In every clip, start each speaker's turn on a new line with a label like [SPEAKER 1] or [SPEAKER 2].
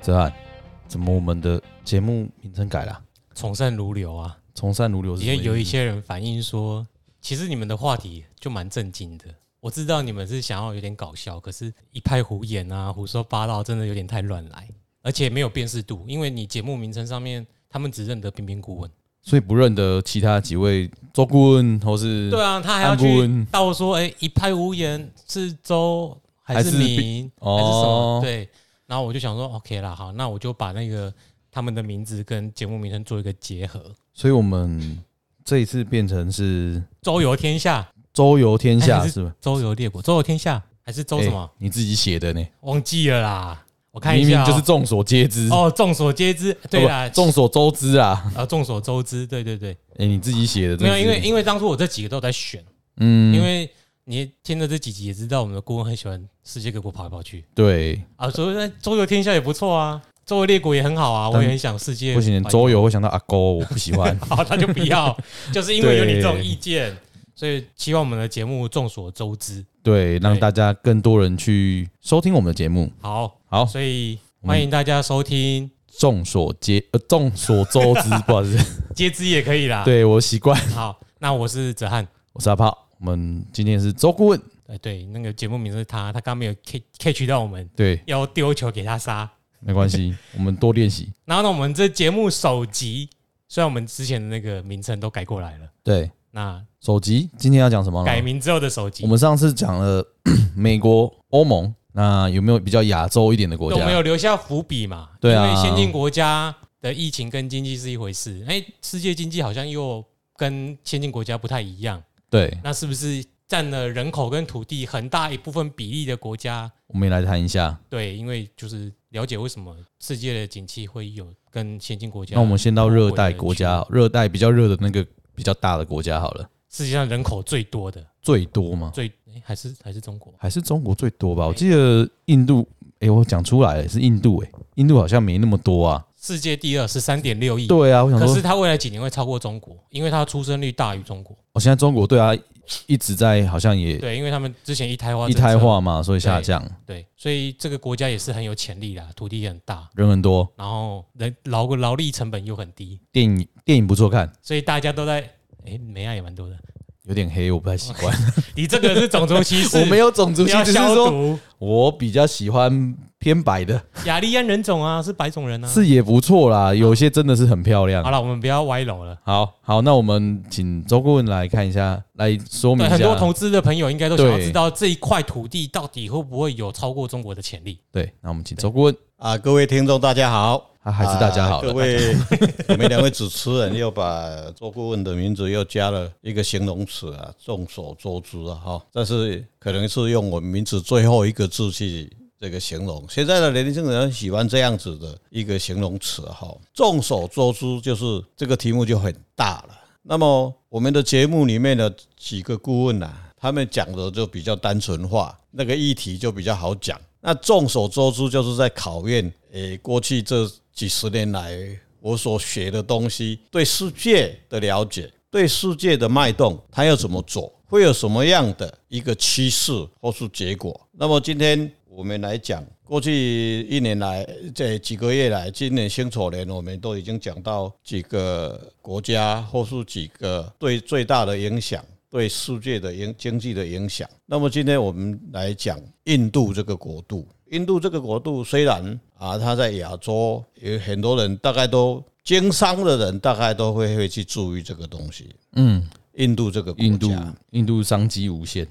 [SPEAKER 1] 泽安，哎怎么我们的节目名称改了、
[SPEAKER 2] 从善如流啊。
[SPEAKER 1] 从善如流是什
[SPEAKER 2] 因
[SPEAKER 1] 么
[SPEAKER 2] 为
[SPEAKER 1] 意思？
[SPEAKER 2] 有一些人反映说，其实你们的话题就蛮震惊的。我知道你们是想要有点搞笑，可是一派胡言啊、胡说八道，真的有点太乱来，而且没有辨识度。因为你节目名称上面，他们只认得彬彬顾问。
[SPEAKER 1] 所以不认得其他几位周顾问或是
[SPEAKER 2] 对啊，他还要
[SPEAKER 1] 安顾
[SPEAKER 2] 去
[SPEAKER 1] 问
[SPEAKER 2] 到说，哎、一派胡言是周还是
[SPEAKER 1] 还是
[SPEAKER 2] 明还是什
[SPEAKER 1] 哦
[SPEAKER 2] 么？对。然后我就想说，OK 啦，好，那我就把那个他们的名字跟节目名称做一个结合，
[SPEAKER 1] 所以我们这一次变成是
[SPEAKER 2] 周游天下，
[SPEAKER 1] 周游天
[SPEAKER 2] 哎
[SPEAKER 1] 下，
[SPEAKER 2] 还
[SPEAKER 1] 是吧？
[SPEAKER 2] 周游列国，周游天下还是周什么？
[SPEAKER 1] 哎你自己写的呢？
[SPEAKER 2] 忘记了啦，我看一
[SPEAKER 1] 明
[SPEAKER 2] 下
[SPEAKER 1] 明
[SPEAKER 2] 哦、
[SPEAKER 1] 就是众所皆知，
[SPEAKER 2] 哦，众所皆知，对啊啦，
[SPEAKER 1] 哦不众所周知啊。
[SPEAKER 2] 啊，众所周知，对对对，
[SPEAKER 1] 哎，你自己写的，
[SPEAKER 2] 没有，因为
[SPEAKER 1] 为
[SPEAKER 2] 因为当初我这几个都有在选，
[SPEAKER 1] 嗯，
[SPEAKER 2] 因为你听了这几集也知道，我们的顾问很喜欢世界各国跑来跑去
[SPEAKER 1] 对，
[SPEAKER 2] 啊，所以那周游天下也不错啊，周游列国也很好啊，我也
[SPEAKER 1] 但
[SPEAKER 2] 很想世界
[SPEAKER 1] 不行，
[SPEAKER 2] 环。
[SPEAKER 1] 周游会想到阿哥，我不喜欢
[SPEAKER 2] 好，他就不 要，就是因为有你这种
[SPEAKER 1] 对
[SPEAKER 2] 意见，所以希望我们的节目众所周知。
[SPEAKER 1] 对，让
[SPEAKER 2] 对
[SPEAKER 1] 大家更多人去收听我们的节目。
[SPEAKER 2] 好，
[SPEAKER 1] 好，
[SPEAKER 2] 所以欢迎大家收听，
[SPEAKER 1] 众所皆呃众所周 知，不好意思，
[SPEAKER 2] 皆知也可以啦。，
[SPEAKER 1] 对我习惯，
[SPEAKER 2] 好，那我是哲翰。
[SPEAKER 1] 我是阿炮。我们今天是周顾问，
[SPEAKER 2] 呃，对，那个节目名字是他，他刚没有 catch catch 到我们，
[SPEAKER 1] 对，
[SPEAKER 2] 要丢球给他杀。
[SPEAKER 1] 没关 系，我们多练习。
[SPEAKER 2] 然后呢，我们这节目首集，虽然我们之前的那个名称都改过来了，
[SPEAKER 1] 对，
[SPEAKER 2] 那
[SPEAKER 1] 首集今天要讲什么呢？
[SPEAKER 2] 改名之后的首集，
[SPEAKER 1] 哦我们上次讲了 美国、欧盟，那有没有比较亚洲一点的国
[SPEAKER 2] 对我们
[SPEAKER 1] 家？
[SPEAKER 2] 有留下伏笔嘛？
[SPEAKER 1] 对啊
[SPEAKER 2] 因为先进国家的疫情跟经济是一回事，哎，世界经济好像又跟先进国家不太一样，
[SPEAKER 1] 对，
[SPEAKER 2] 那是不是占了人口跟土地很大一部分比例的国家？
[SPEAKER 1] 我们也来谈一下。
[SPEAKER 2] 对，因为就是了解为什么世界的景气会有跟先进国家。
[SPEAKER 1] 那我们先到热带国家，热带比较热的那个比较大的国家好了，
[SPEAKER 2] 世界上人口最多的，
[SPEAKER 1] 最多嘛，
[SPEAKER 2] 最、诶还是还是中国。
[SPEAKER 1] 还是中国最多吧？我记得印度，诶，我讲出来了，是印度、诶，印度好像没那么多啊。
[SPEAKER 2] 世界第二是三点六亿，
[SPEAKER 1] 对啊，我想
[SPEAKER 2] 可
[SPEAKER 1] 说
[SPEAKER 2] 是，它未来几年会超过中国，因为它出生率大于中国。
[SPEAKER 1] 我、现在中国对啊，一直在好像也
[SPEAKER 2] 对，因为他们之前一胎化，
[SPEAKER 1] 一胎，化嘛，所以下
[SPEAKER 2] 对
[SPEAKER 1] 降，
[SPEAKER 2] 对，所以这个国家也是很有潜力啦，土地也很大，
[SPEAKER 1] 人很多，
[SPEAKER 2] 然后人劳劳力成本又很低，
[SPEAKER 1] 电影电影不错看，
[SPEAKER 2] 所以大家都在。哎，美亚也蛮多的。
[SPEAKER 1] 有点黑，我不太习惯。
[SPEAKER 2] 你这 个是种族歧 视，
[SPEAKER 1] 我没
[SPEAKER 2] 有
[SPEAKER 1] 有种族歧
[SPEAKER 2] 要
[SPEAKER 1] 视，只是
[SPEAKER 2] 消
[SPEAKER 1] 说
[SPEAKER 2] 毒。
[SPEAKER 1] 我比较喜欢偏白的，
[SPEAKER 2] 雅利安人种啊，是白种人啊。
[SPEAKER 1] 是也不错啦。有些真的是很漂
[SPEAKER 2] 好
[SPEAKER 1] 亮。
[SPEAKER 2] 了，我们不要歪楼了。
[SPEAKER 1] 好好，那我们请周顾问来看一下，来说明
[SPEAKER 2] 对，
[SPEAKER 1] 一下。
[SPEAKER 2] 很多投资的朋友应该都想要
[SPEAKER 1] 对
[SPEAKER 2] 知道这一块土地到底会不会有超过中国的潜力。
[SPEAKER 1] 对，那我们请周顾问，
[SPEAKER 3] 啊，各位听众大家好，
[SPEAKER 1] 啊还是大家好
[SPEAKER 3] 啊各
[SPEAKER 2] 呃
[SPEAKER 1] 了。
[SPEAKER 3] 位，你们两位主持人又把周顾问的名字又加了一个形容词啊，众所周知啊，哈，但是可能是用我们名字最后一个字去这个形容。现在的年轻人喜欢这样子的一个形容词哈、众所周知就是这个题目就很大了。那么我们的节目里面的几个顾问呐、啊，他们讲的就比较单纯化，那个议题就比较好讲。那众所周知，就是在考验诶，过去这几十年来我所学的东西，对世界的了解，对世界的脉动，它要怎么走，会有什么样的一个趋势或是结果。那么今天我们来讲，过去一年来，这几个月来，今年辛丑年，我们都已经讲到几个国家或是几个对最大的影响。对世界的影经济的影响。那么今天我们来讲印度这个国度。印度这个国度虽然啊，它在亚洲有很多人，大概都经商的人，大概都会会去注意这个东西。
[SPEAKER 1] 嗯，
[SPEAKER 3] 印度这个国家
[SPEAKER 1] 印度印度商机无限，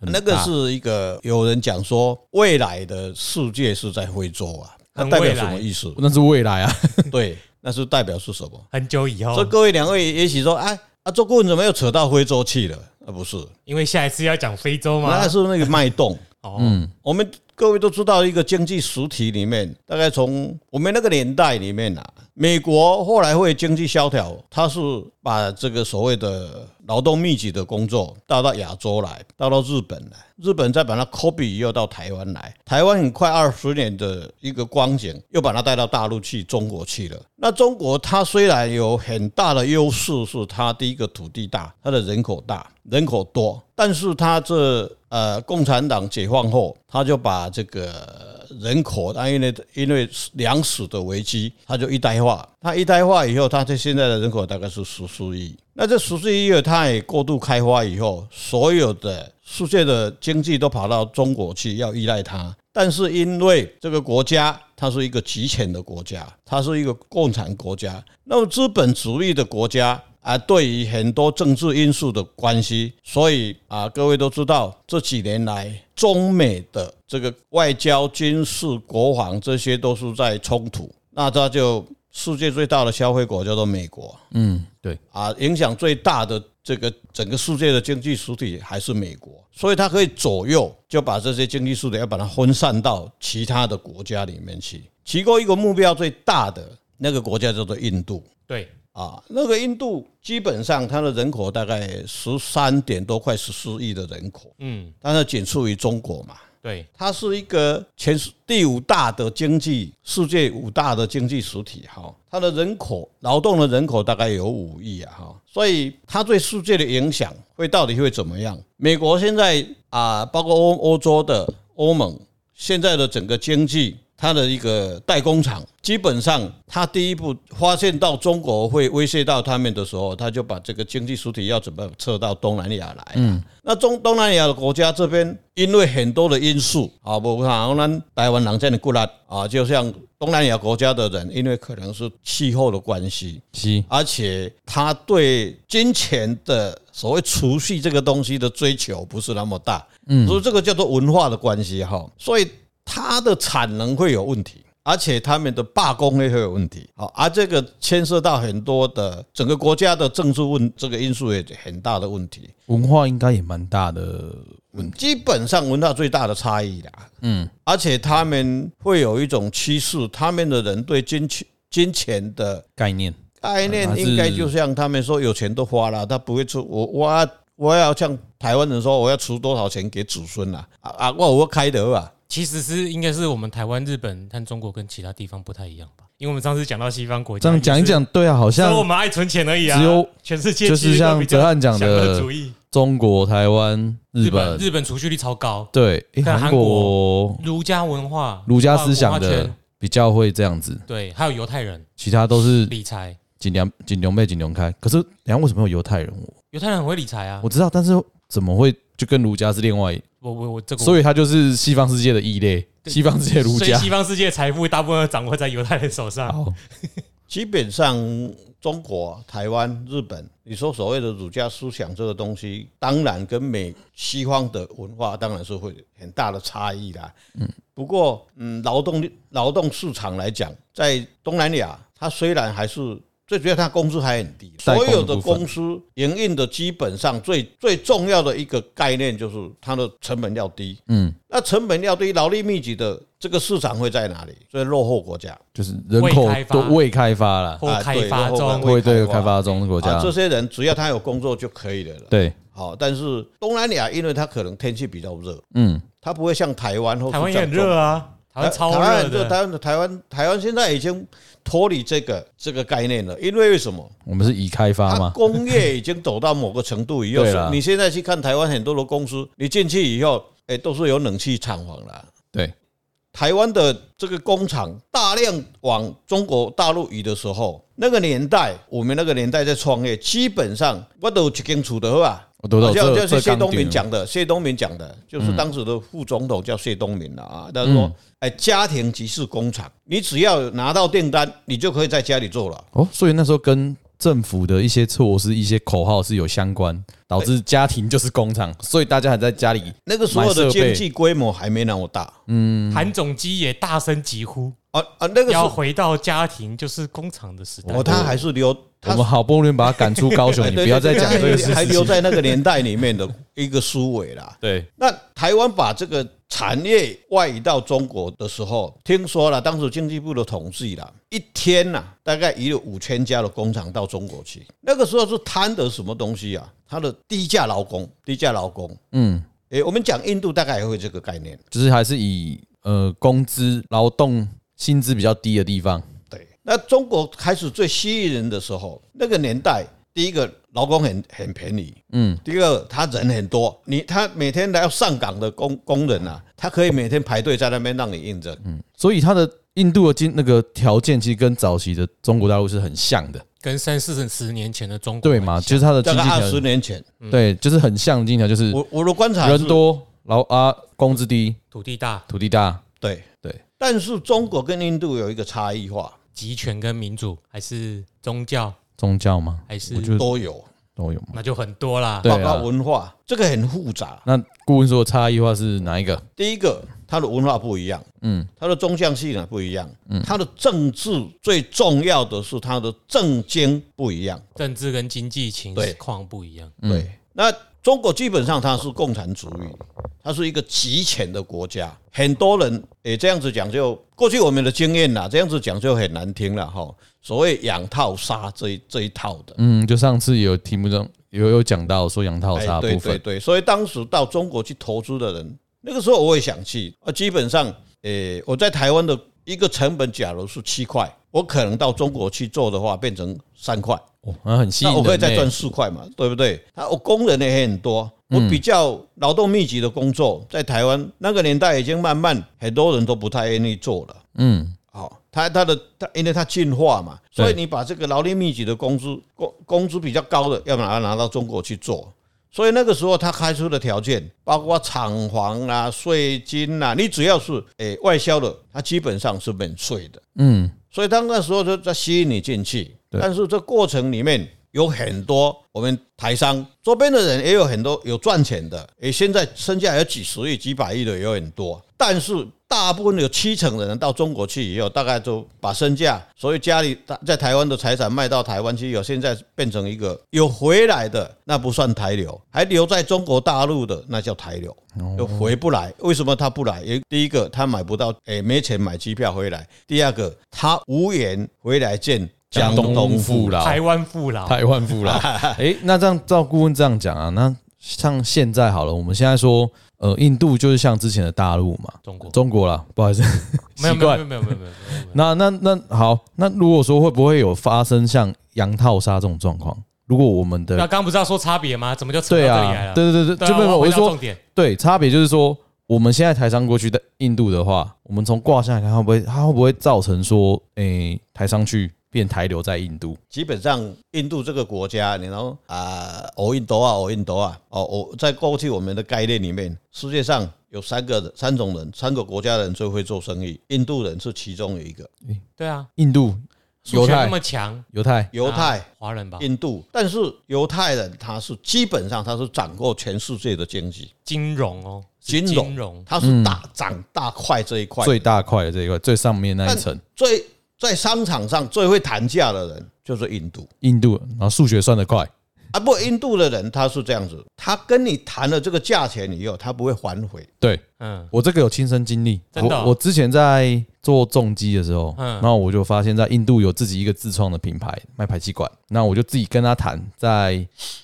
[SPEAKER 1] 很
[SPEAKER 3] 那个
[SPEAKER 1] 大？
[SPEAKER 3] 是一个有人讲说，未来的世界是在非洲啊，那
[SPEAKER 2] 很
[SPEAKER 3] 代表
[SPEAKER 2] 未
[SPEAKER 3] 什
[SPEAKER 2] 来
[SPEAKER 3] 么 意思
[SPEAKER 1] 那是未来啊，
[SPEAKER 3] 对，那是代表是什么？
[SPEAKER 2] 很久以后，
[SPEAKER 3] 所以各位两位也许说，哎啊，做顾问怎么又扯到非洲去了？啊，不是，
[SPEAKER 2] 因为下一次要讲非洲嘛
[SPEAKER 3] 那，是那个脉动。嗯
[SPEAKER 2] 哦，
[SPEAKER 3] 我们各位都知道，一个经济实体里面，大概从我们那个年代里面啊，美国后来会经济萧条，它是把这个所谓的劳动密集的工作带到亚洲来，带到日本来，日本再把它 copy 又到台湾来，台湾很快二十年的一个光景，又把它带到大陆去，中国去了。那中国它虽然有很大的优势，是它第一个土地大，它的人口大，人口多，但是它这呃，共产党解放后，他就把这个人口，它因为因为粮食的危机，它就一胎化。它一胎化以后，它这现在的人口大概是十四亿。那这十四亿，它也过度开发以后，所有的世界的经济都跑到中国去，要依赖它。但是因为这个国家它是一个极权的国家，它是一个共产国家，那么资本主义的国家啊，对于很多政治因素的关系，所以啊，各位都知道这几年来中美的这个外交、军事、国防这些都是在冲突，那它就世界最大的消费国叫做美国
[SPEAKER 1] 嗯，对，
[SPEAKER 3] 啊，影响最大的这个整个世界的经济实体还是美国，所以它可以左右，就把这些经济实体要把它分散到其他的国家里面去。其中一个目标最大的那个国家叫做印度，
[SPEAKER 2] 对，
[SPEAKER 3] 啊，那个印度基本上它的人口大概十三点多，快十四亿的人口，
[SPEAKER 2] 嗯，
[SPEAKER 3] 但是仅次于中国嘛。
[SPEAKER 2] 对，
[SPEAKER 3] 它是一个全世第五大的经济，世界五大的经济实体哈，它的人口劳动的人口大概有五亿啊哈，所以它对世界的影响会到底会怎么样？美国现在啊，包括欧欧洲的欧盟现在的整个经济。它的一个代工厂，基本上它第一步发现到中国会威胁到他们的时候，它就把这个经济实体要怎么撤到东南亚来、嗯，那中东南亚的国家这边，因为很多的因素啊，不像咱台湾人这样的过来啊，就像东南亚国家的人，因为可能是气候的关系，
[SPEAKER 1] 是，
[SPEAKER 3] 而且他对金钱的所谓储蓄这个东西的追求不是那么大，嗯，所以这个叫做文化的关系哈，所以它的产能会有问题。而且他们的罢工也会有问题，好，而、这个牵涉到很多的整个国家的政治问这个因素也很大的问题。
[SPEAKER 1] 文化应该也蛮大的问题。
[SPEAKER 3] 基本上文化最大的差异啦。
[SPEAKER 1] 嗯，
[SPEAKER 3] 而且他们会有一种趋势，他们的人对金钱金钱的
[SPEAKER 1] 概念，
[SPEAKER 3] 概念
[SPEAKER 1] 还，啊是
[SPEAKER 3] 应该就像他们说有钱都花了，他不会出我我要我要像台湾人说我要出多少钱给子孙啦啊啊我我开得啊。
[SPEAKER 2] 其实是应该是我们台湾、日本和中国跟其他地方不太一样吧，因为我们上次讲到西方国家，
[SPEAKER 1] 这样讲一，讲，对啊，好
[SPEAKER 2] 所以我
[SPEAKER 1] 像
[SPEAKER 2] 们爱存钱而已啊，
[SPEAKER 1] 只有
[SPEAKER 2] 全世界
[SPEAKER 1] 就
[SPEAKER 2] 其实
[SPEAKER 1] 是
[SPEAKER 2] 都
[SPEAKER 1] 像
[SPEAKER 2] 比较
[SPEAKER 1] 哲汉讲
[SPEAKER 2] 享乐
[SPEAKER 1] 的
[SPEAKER 2] 主，义，
[SPEAKER 1] 中国、台湾、日本，
[SPEAKER 2] 日本储蓄率超高，
[SPEAKER 1] 对，诶
[SPEAKER 2] 看
[SPEAKER 1] 韩
[SPEAKER 2] 韩
[SPEAKER 1] 国
[SPEAKER 2] 儒家文化、
[SPEAKER 1] 儒家思想
[SPEAKER 2] 文化
[SPEAKER 1] 的
[SPEAKER 2] 圈，
[SPEAKER 1] 比较会这样子，
[SPEAKER 2] 对，还有犹太人
[SPEAKER 1] 其他都是
[SPEAKER 2] 理财，
[SPEAKER 1] 尽量尽量被尽量开。可是，等一下为什么有犹太人？我
[SPEAKER 2] 犹太人很会理财啊
[SPEAKER 1] 我，知道，但是怎么会就跟儒家是另外一？
[SPEAKER 2] 我我我这个我
[SPEAKER 1] 所以它就是西方世界的异类，西方世界儒
[SPEAKER 2] 所以
[SPEAKER 1] 家。
[SPEAKER 2] 西方世界的财富大部分都掌握在犹太人手
[SPEAKER 3] 哦
[SPEAKER 2] 上。
[SPEAKER 1] 好，
[SPEAKER 3] 基本上，中国、台湾、日本，你说所谓的儒家思想这个东西，当然跟美西方的文化当然是会有很大的差异啦。嗯，不过，嗯，劳动力劳动市场来讲，在东南亚，它虽然还是最主要，它工资还很低，
[SPEAKER 1] 代工
[SPEAKER 3] 所
[SPEAKER 1] 的
[SPEAKER 3] 有的
[SPEAKER 1] 部分
[SPEAKER 3] 公司营运的基本上最最重要的一个概念就是它的成本要低。
[SPEAKER 1] 嗯，
[SPEAKER 3] 那成本要低，劳力密集的这个市场会在哪里？最落后国家。
[SPEAKER 1] 就是人口
[SPEAKER 2] 未开发
[SPEAKER 1] 都未开发了，
[SPEAKER 2] 或开发
[SPEAKER 3] 啊对
[SPEAKER 2] 中，
[SPEAKER 1] 未对
[SPEAKER 3] 未开发
[SPEAKER 1] 开发中的国
[SPEAKER 3] 啊，
[SPEAKER 1] 家
[SPEAKER 3] 这，些人只要他有工作就可以了了。
[SPEAKER 1] 对，
[SPEAKER 3] 好，但是东南亚因为它可能天气比较热，
[SPEAKER 1] 嗯，
[SPEAKER 3] 它不会像台湾或是
[SPEAKER 2] 台湾也很
[SPEAKER 3] 像中
[SPEAKER 2] 热啊，台湾
[SPEAKER 3] 台
[SPEAKER 2] 超
[SPEAKER 3] 台湾
[SPEAKER 2] 热
[SPEAKER 3] 很热
[SPEAKER 2] 的。
[SPEAKER 3] 台湾台湾台湾现在已经脱离这个 这个概念了，因为为什么？
[SPEAKER 1] 我们是已开发
[SPEAKER 3] 它
[SPEAKER 1] 嘛，
[SPEAKER 3] 工业已经走到某个程度以后
[SPEAKER 1] 对啦，
[SPEAKER 3] 你现在去看台湾很多的公司，你进去以后，哎，都是有冷气厂房了。
[SPEAKER 1] 对，
[SPEAKER 3] 台湾的这个工厂大量往中国大陆移的时候，那个年代，我们那个年代在创业，基本上我都有一间厝的吧。
[SPEAKER 1] 我都到
[SPEAKER 3] 啊好像就
[SPEAKER 1] 这啊
[SPEAKER 3] 是
[SPEAKER 1] 这
[SPEAKER 3] 谢
[SPEAKER 1] 刚
[SPEAKER 3] 东明
[SPEAKER 1] 点，
[SPEAKER 3] 讲的，谢东明讲的，
[SPEAKER 1] 嗯
[SPEAKER 3] 就是当时的副总统叫谢东明了啊。他说：“哎，家庭即是工厂，你只要拿到订单，你就可以在家里做了。
[SPEAKER 1] 哦，所以那时候跟政府的一些措施、一些口号是有相关，导致家庭就是工厂，所以大家还在家里”
[SPEAKER 3] 那个时候
[SPEAKER 1] 买设
[SPEAKER 3] 的
[SPEAKER 1] 备
[SPEAKER 3] 经济规模还没那么大
[SPEAKER 1] 嗯
[SPEAKER 2] 韩总机也大声疾呼，
[SPEAKER 3] 啊啊，那个时
[SPEAKER 2] 要
[SPEAKER 3] 候
[SPEAKER 2] 回到家庭就是工厂的时代。
[SPEAKER 3] 哦，他还是 留
[SPEAKER 1] 我
[SPEAKER 3] 他
[SPEAKER 1] 们好不容易把他赶出高雄，
[SPEAKER 3] 哎
[SPEAKER 1] 你
[SPEAKER 3] 对
[SPEAKER 1] 不要再
[SPEAKER 3] 对对
[SPEAKER 1] 讲这个
[SPEAKER 3] 他还还
[SPEAKER 1] 事
[SPEAKER 3] 留
[SPEAKER 1] 情。
[SPEAKER 3] 在那个年代里面的一个苏伟啦。
[SPEAKER 1] 对，
[SPEAKER 3] 那台湾把这个产业外移到中国的时候，听说了，当时经济部的统计啦，一天呐、大概移了五千家的工厂到中国去。那个时候是贪得什么东西啊？它的低价劳工，低价劳工。
[SPEAKER 1] 嗯，
[SPEAKER 3] 诶、我们讲印度大概也会这个概念。
[SPEAKER 1] 就是还是以呃工资、劳动薪资比较低的地方，
[SPEAKER 3] 对，那中国开始最吸引人的时候，那个年代，第一个劳工很很便宜，
[SPEAKER 1] 嗯，
[SPEAKER 3] 第二他人很多，你他每天来要上岗的工工人啊，他可以每天排队在那边让你印证。
[SPEAKER 1] 所以它的印度的经那个条件其实跟早期的中国大陆是很像的，
[SPEAKER 2] 跟三四十十年前的中国
[SPEAKER 1] 对嘛？
[SPEAKER 2] 很
[SPEAKER 1] 就
[SPEAKER 2] 像
[SPEAKER 1] 是它的
[SPEAKER 3] 大
[SPEAKER 1] 经
[SPEAKER 3] 概
[SPEAKER 1] 济
[SPEAKER 3] 二十
[SPEAKER 1] 条，
[SPEAKER 3] 年前，
[SPEAKER 1] 对，就是很像的经济条，就是
[SPEAKER 3] 我我的观察是
[SPEAKER 1] 人多，劳啊工资低，
[SPEAKER 2] 土地大、
[SPEAKER 1] 土地大，
[SPEAKER 3] 对
[SPEAKER 1] 对，
[SPEAKER 3] 但是中国跟印度有一个差异化，
[SPEAKER 2] 集权跟民主，还是宗教，
[SPEAKER 1] 宗教嘛，
[SPEAKER 2] 还是
[SPEAKER 1] 我觉得
[SPEAKER 3] 都有，
[SPEAKER 1] 都
[SPEAKER 3] 嗯
[SPEAKER 1] 有嘛。
[SPEAKER 2] 那就很多啦。
[SPEAKER 1] 对啊
[SPEAKER 3] 包括文化，这个很复杂。
[SPEAKER 1] 那顾问说的差异化是哪一个？
[SPEAKER 3] 第一个，它的文化不一样，
[SPEAKER 1] 嗯，
[SPEAKER 3] 它的宗教信仰不一样，嗯，它的政治最重要的是它的政经不一样，
[SPEAKER 2] 政治跟经济情
[SPEAKER 3] 对
[SPEAKER 2] 况不一样，
[SPEAKER 1] 嗯
[SPEAKER 3] 对。那中国基本上它是共产主义，它是一个极权的国家，很多人也这样子讲就，过去我们的经验啦，这样子讲就很难听了哈。所谓养套杀这一这一套的，
[SPEAKER 1] 嗯，就上次有题目中有有讲到说杨套
[SPEAKER 3] 哎
[SPEAKER 1] 杀
[SPEAKER 3] 对
[SPEAKER 1] 部
[SPEAKER 3] 对
[SPEAKER 1] 分，
[SPEAKER 3] 对，所以当时到中国去投资的人，那个时候我也想去啊。基本上，诶、我在台湾的一个成本，假如是七块，我可能到中国去做的话，变成三块，
[SPEAKER 1] 哦，那很吸引
[SPEAKER 3] 那我
[SPEAKER 1] 人
[SPEAKER 3] 可以再赚
[SPEAKER 1] 欸。
[SPEAKER 3] 四块嘛，对不对？他我工人也很多。
[SPEAKER 1] 嗯
[SPEAKER 3] 我比较劳动密集的工作，在台湾那个年代已经慢慢很多人都不太愿意做了。
[SPEAKER 1] 嗯，
[SPEAKER 3] 哦，它它的它，因为它进化嘛，
[SPEAKER 1] 对
[SPEAKER 3] 所以你把这个劳力密集的工资工工资比较高的，要拿拿到中国去做。所以那个时候他开出的条件，包括厂房啊、税金啊，你只要是诶、外销的，它基本上是免税的。
[SPEAKER 1] 嗯，
[SPEAKER 3] 所以他那时候就在吸引你进去，
[SPEAKER 1] 对
[SPEAKER 3] 但是这过程里面有很多我们台商周边的人也有很多有赚钱的，诶，现在身价有几十亿、几百亿的也有很多，但是大部分有七成的人到中国去以后，大概就把身价，所以家里在台湾的财产卖到台湾去以后，现在变成一个有回来的那不算台流，还留在中国大陆的那叫台流。又回不来。为什么他不来？因第一个他买不到，诶、没钱买机票回来；第二个他无缘回来见江东父
[SPEAKER 1] 父
[SPEAKER 3] 老。
[SPEAKER 1] 老，
[SPEAKER 2] 台湾富老
[SPEAKER 1] 台湾 父老。哎，那这样照顾问这样讲啊，那像现在好了，我们现在说，呃，印度就是像之前的大陆嘛，
[SPEAKER 2] 中国
[SPEAKER 1] 中国啦，不好意思，
[SPEAKER 2] 没有
[SPEAKER 1] 习
[SPEAKER 2] 没有
[SPEAKER 1] 惯
[SPEAKER 2] 没。有没有没有没有没有没有
[SPEAKER 1] 那那那好，那如果说会不会有发生像杨套杀这种状况？如果我们
[SPEAKER 2] 那
[SPEAKER 1] 的
[SPEAKER 2] 刚刚不是要说差别吗？怎么就扯到
[SPEAKER 1] 对
[SPEAKER 2] 这里来
[SPEAKER 1] 啊，
[SPEAKER 2] 了？
[SPEAKER 1] 对对对对，
[SPEAKER 2] 对啊，
[SPEAKER 1] 就没有，
[SPEAKER 2] 我
[SPEAKER 1] 我
[SPEAKER 2] 要回
[SPEAKER 1] 是
[SPEAKER 2] 到
[SPEAKER 1] 说
[SPEAKER 2] 重点，
[SPEAKER 1] 对，差别就是说，我们现在台商过去的印度的话，我们从卦象来看，会不会它会不会造成说，诶、台商去变台流在印度？
[SPEAKER 3] 基本上，印度这个国家，你know 啊，欧印度啊，欧印度啊，哦，我在过去我们的概念里面，世界上有三个人三种人，三个国家的人最会做生意，印度人是其中有一个，
[SPEAKER 2] 对啊，
[SPEAKER 1] 印度
[SPEAKER 2] 数
[SPEAKER 1] 犹
[SPEAKER 2] 学那
[SPEAKER 1] 太
[SPEAKER 2] 么强，
[SPEAKER 1] 犹太，
[SPEAKER 3] 犹太。
[SPEAKER 2] 啊华人吧，
[SPEAKER 3] 印度，但是犹太人他是基本上他是掌握全世界的经济，
[SPEAKER 2] 金融哦，是
[SPEAKER 3] 金融
[SPEAKER 2] 金融
[SPEAKER 3] 他是大涨大块这一块
[SPEAKER 1] 最大块的这一块，最上面那一层，
[SPEAKER 3] 最在商场上最会谈价的人就是印度
[SPEAKER 1] 印度，然后数学算得快，
[SPEAKER 3] 啊。不，印度的人他是这样子，他跟你谈了这个价钱以后，他不会反悔。
[SPEAKER 1] 对
[SPEAKER 2] 嗯，
[SPEAKER 1] 我这个有亲身经历，
[SPEAKER 2] 真的哦
[SPEAKER 1] 我我之前在做重机的时候，
[SPEAKER 2] 嗯
[SPEAKER 1] 然后我就发现，在印度有自己一个自创的品牌卖排气管，那我就自己跟他谈，在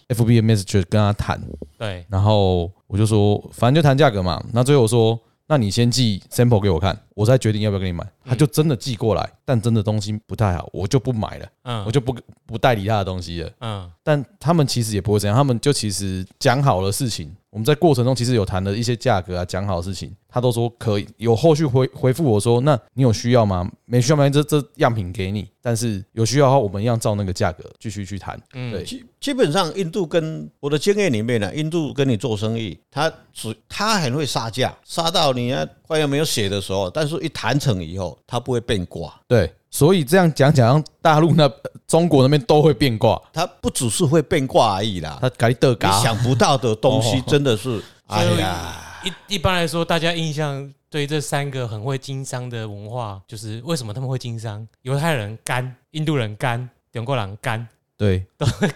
[SPEAKER 1] FB 的 Messenger 跟他谈，
[SPEAKER 2] 对，
[SPEAKER 1] 然后我就说，反正就谈价格嘛。那最后我说，那你先寄 sample 给我看，我再决定要不要给你买。他就真的寄过来，但真的东西不太好，我就不买了，我
[SPEAKER 2] 嗯
[SPEAKER 1] 就不不代理他的东西了。
[SPEAKER 2] 嗯，
[SPEAKER 1] 但他们其实也不会怎样，他们就其实讲好了事情。我们在过程中其实有谈了一些价格啊，讲好的事情，他都说可以。有后续回回复我说，那你有需要吗？没需要吗？这这样品给你，但是有需要的话，我们一样照那个价格继续去谈。对，
[SPEAKER 2] 嗯
[SPEAKER 3] 基基本上，印度跟我的经验里面呢、啊印度跟你做生意，他只他很会杀价，杀到你啊快要没有血的时候，但是一谈成以后，他不会变卦。
[SPEAKER 1] 对，所以这样讲讲，大陆那呃中国那边都会变卦，
[SPEAKER 3] 他不只是会变卦而已
[SPEAKER 2] 啊
[SPEAKER 3] 啦，
[SPEAKER 1] 他改的
[SPEAKER 3] 你
[SPEAKER 1] 嘎，
[SPEAKER 3] 想不到的东西
[SPEAKER 1] 哦
[SPEAKER 3] 真的是，哎
[SPEAKER 2] 所以
[SPEAKER 3] 呀，
[SPEAKER 2] 一一般来说，大家印象对这三个很会经商的文化，就是为什么他们会经商？犹太人干，印度人干，中国人干，
[SPEAKER 1] 对，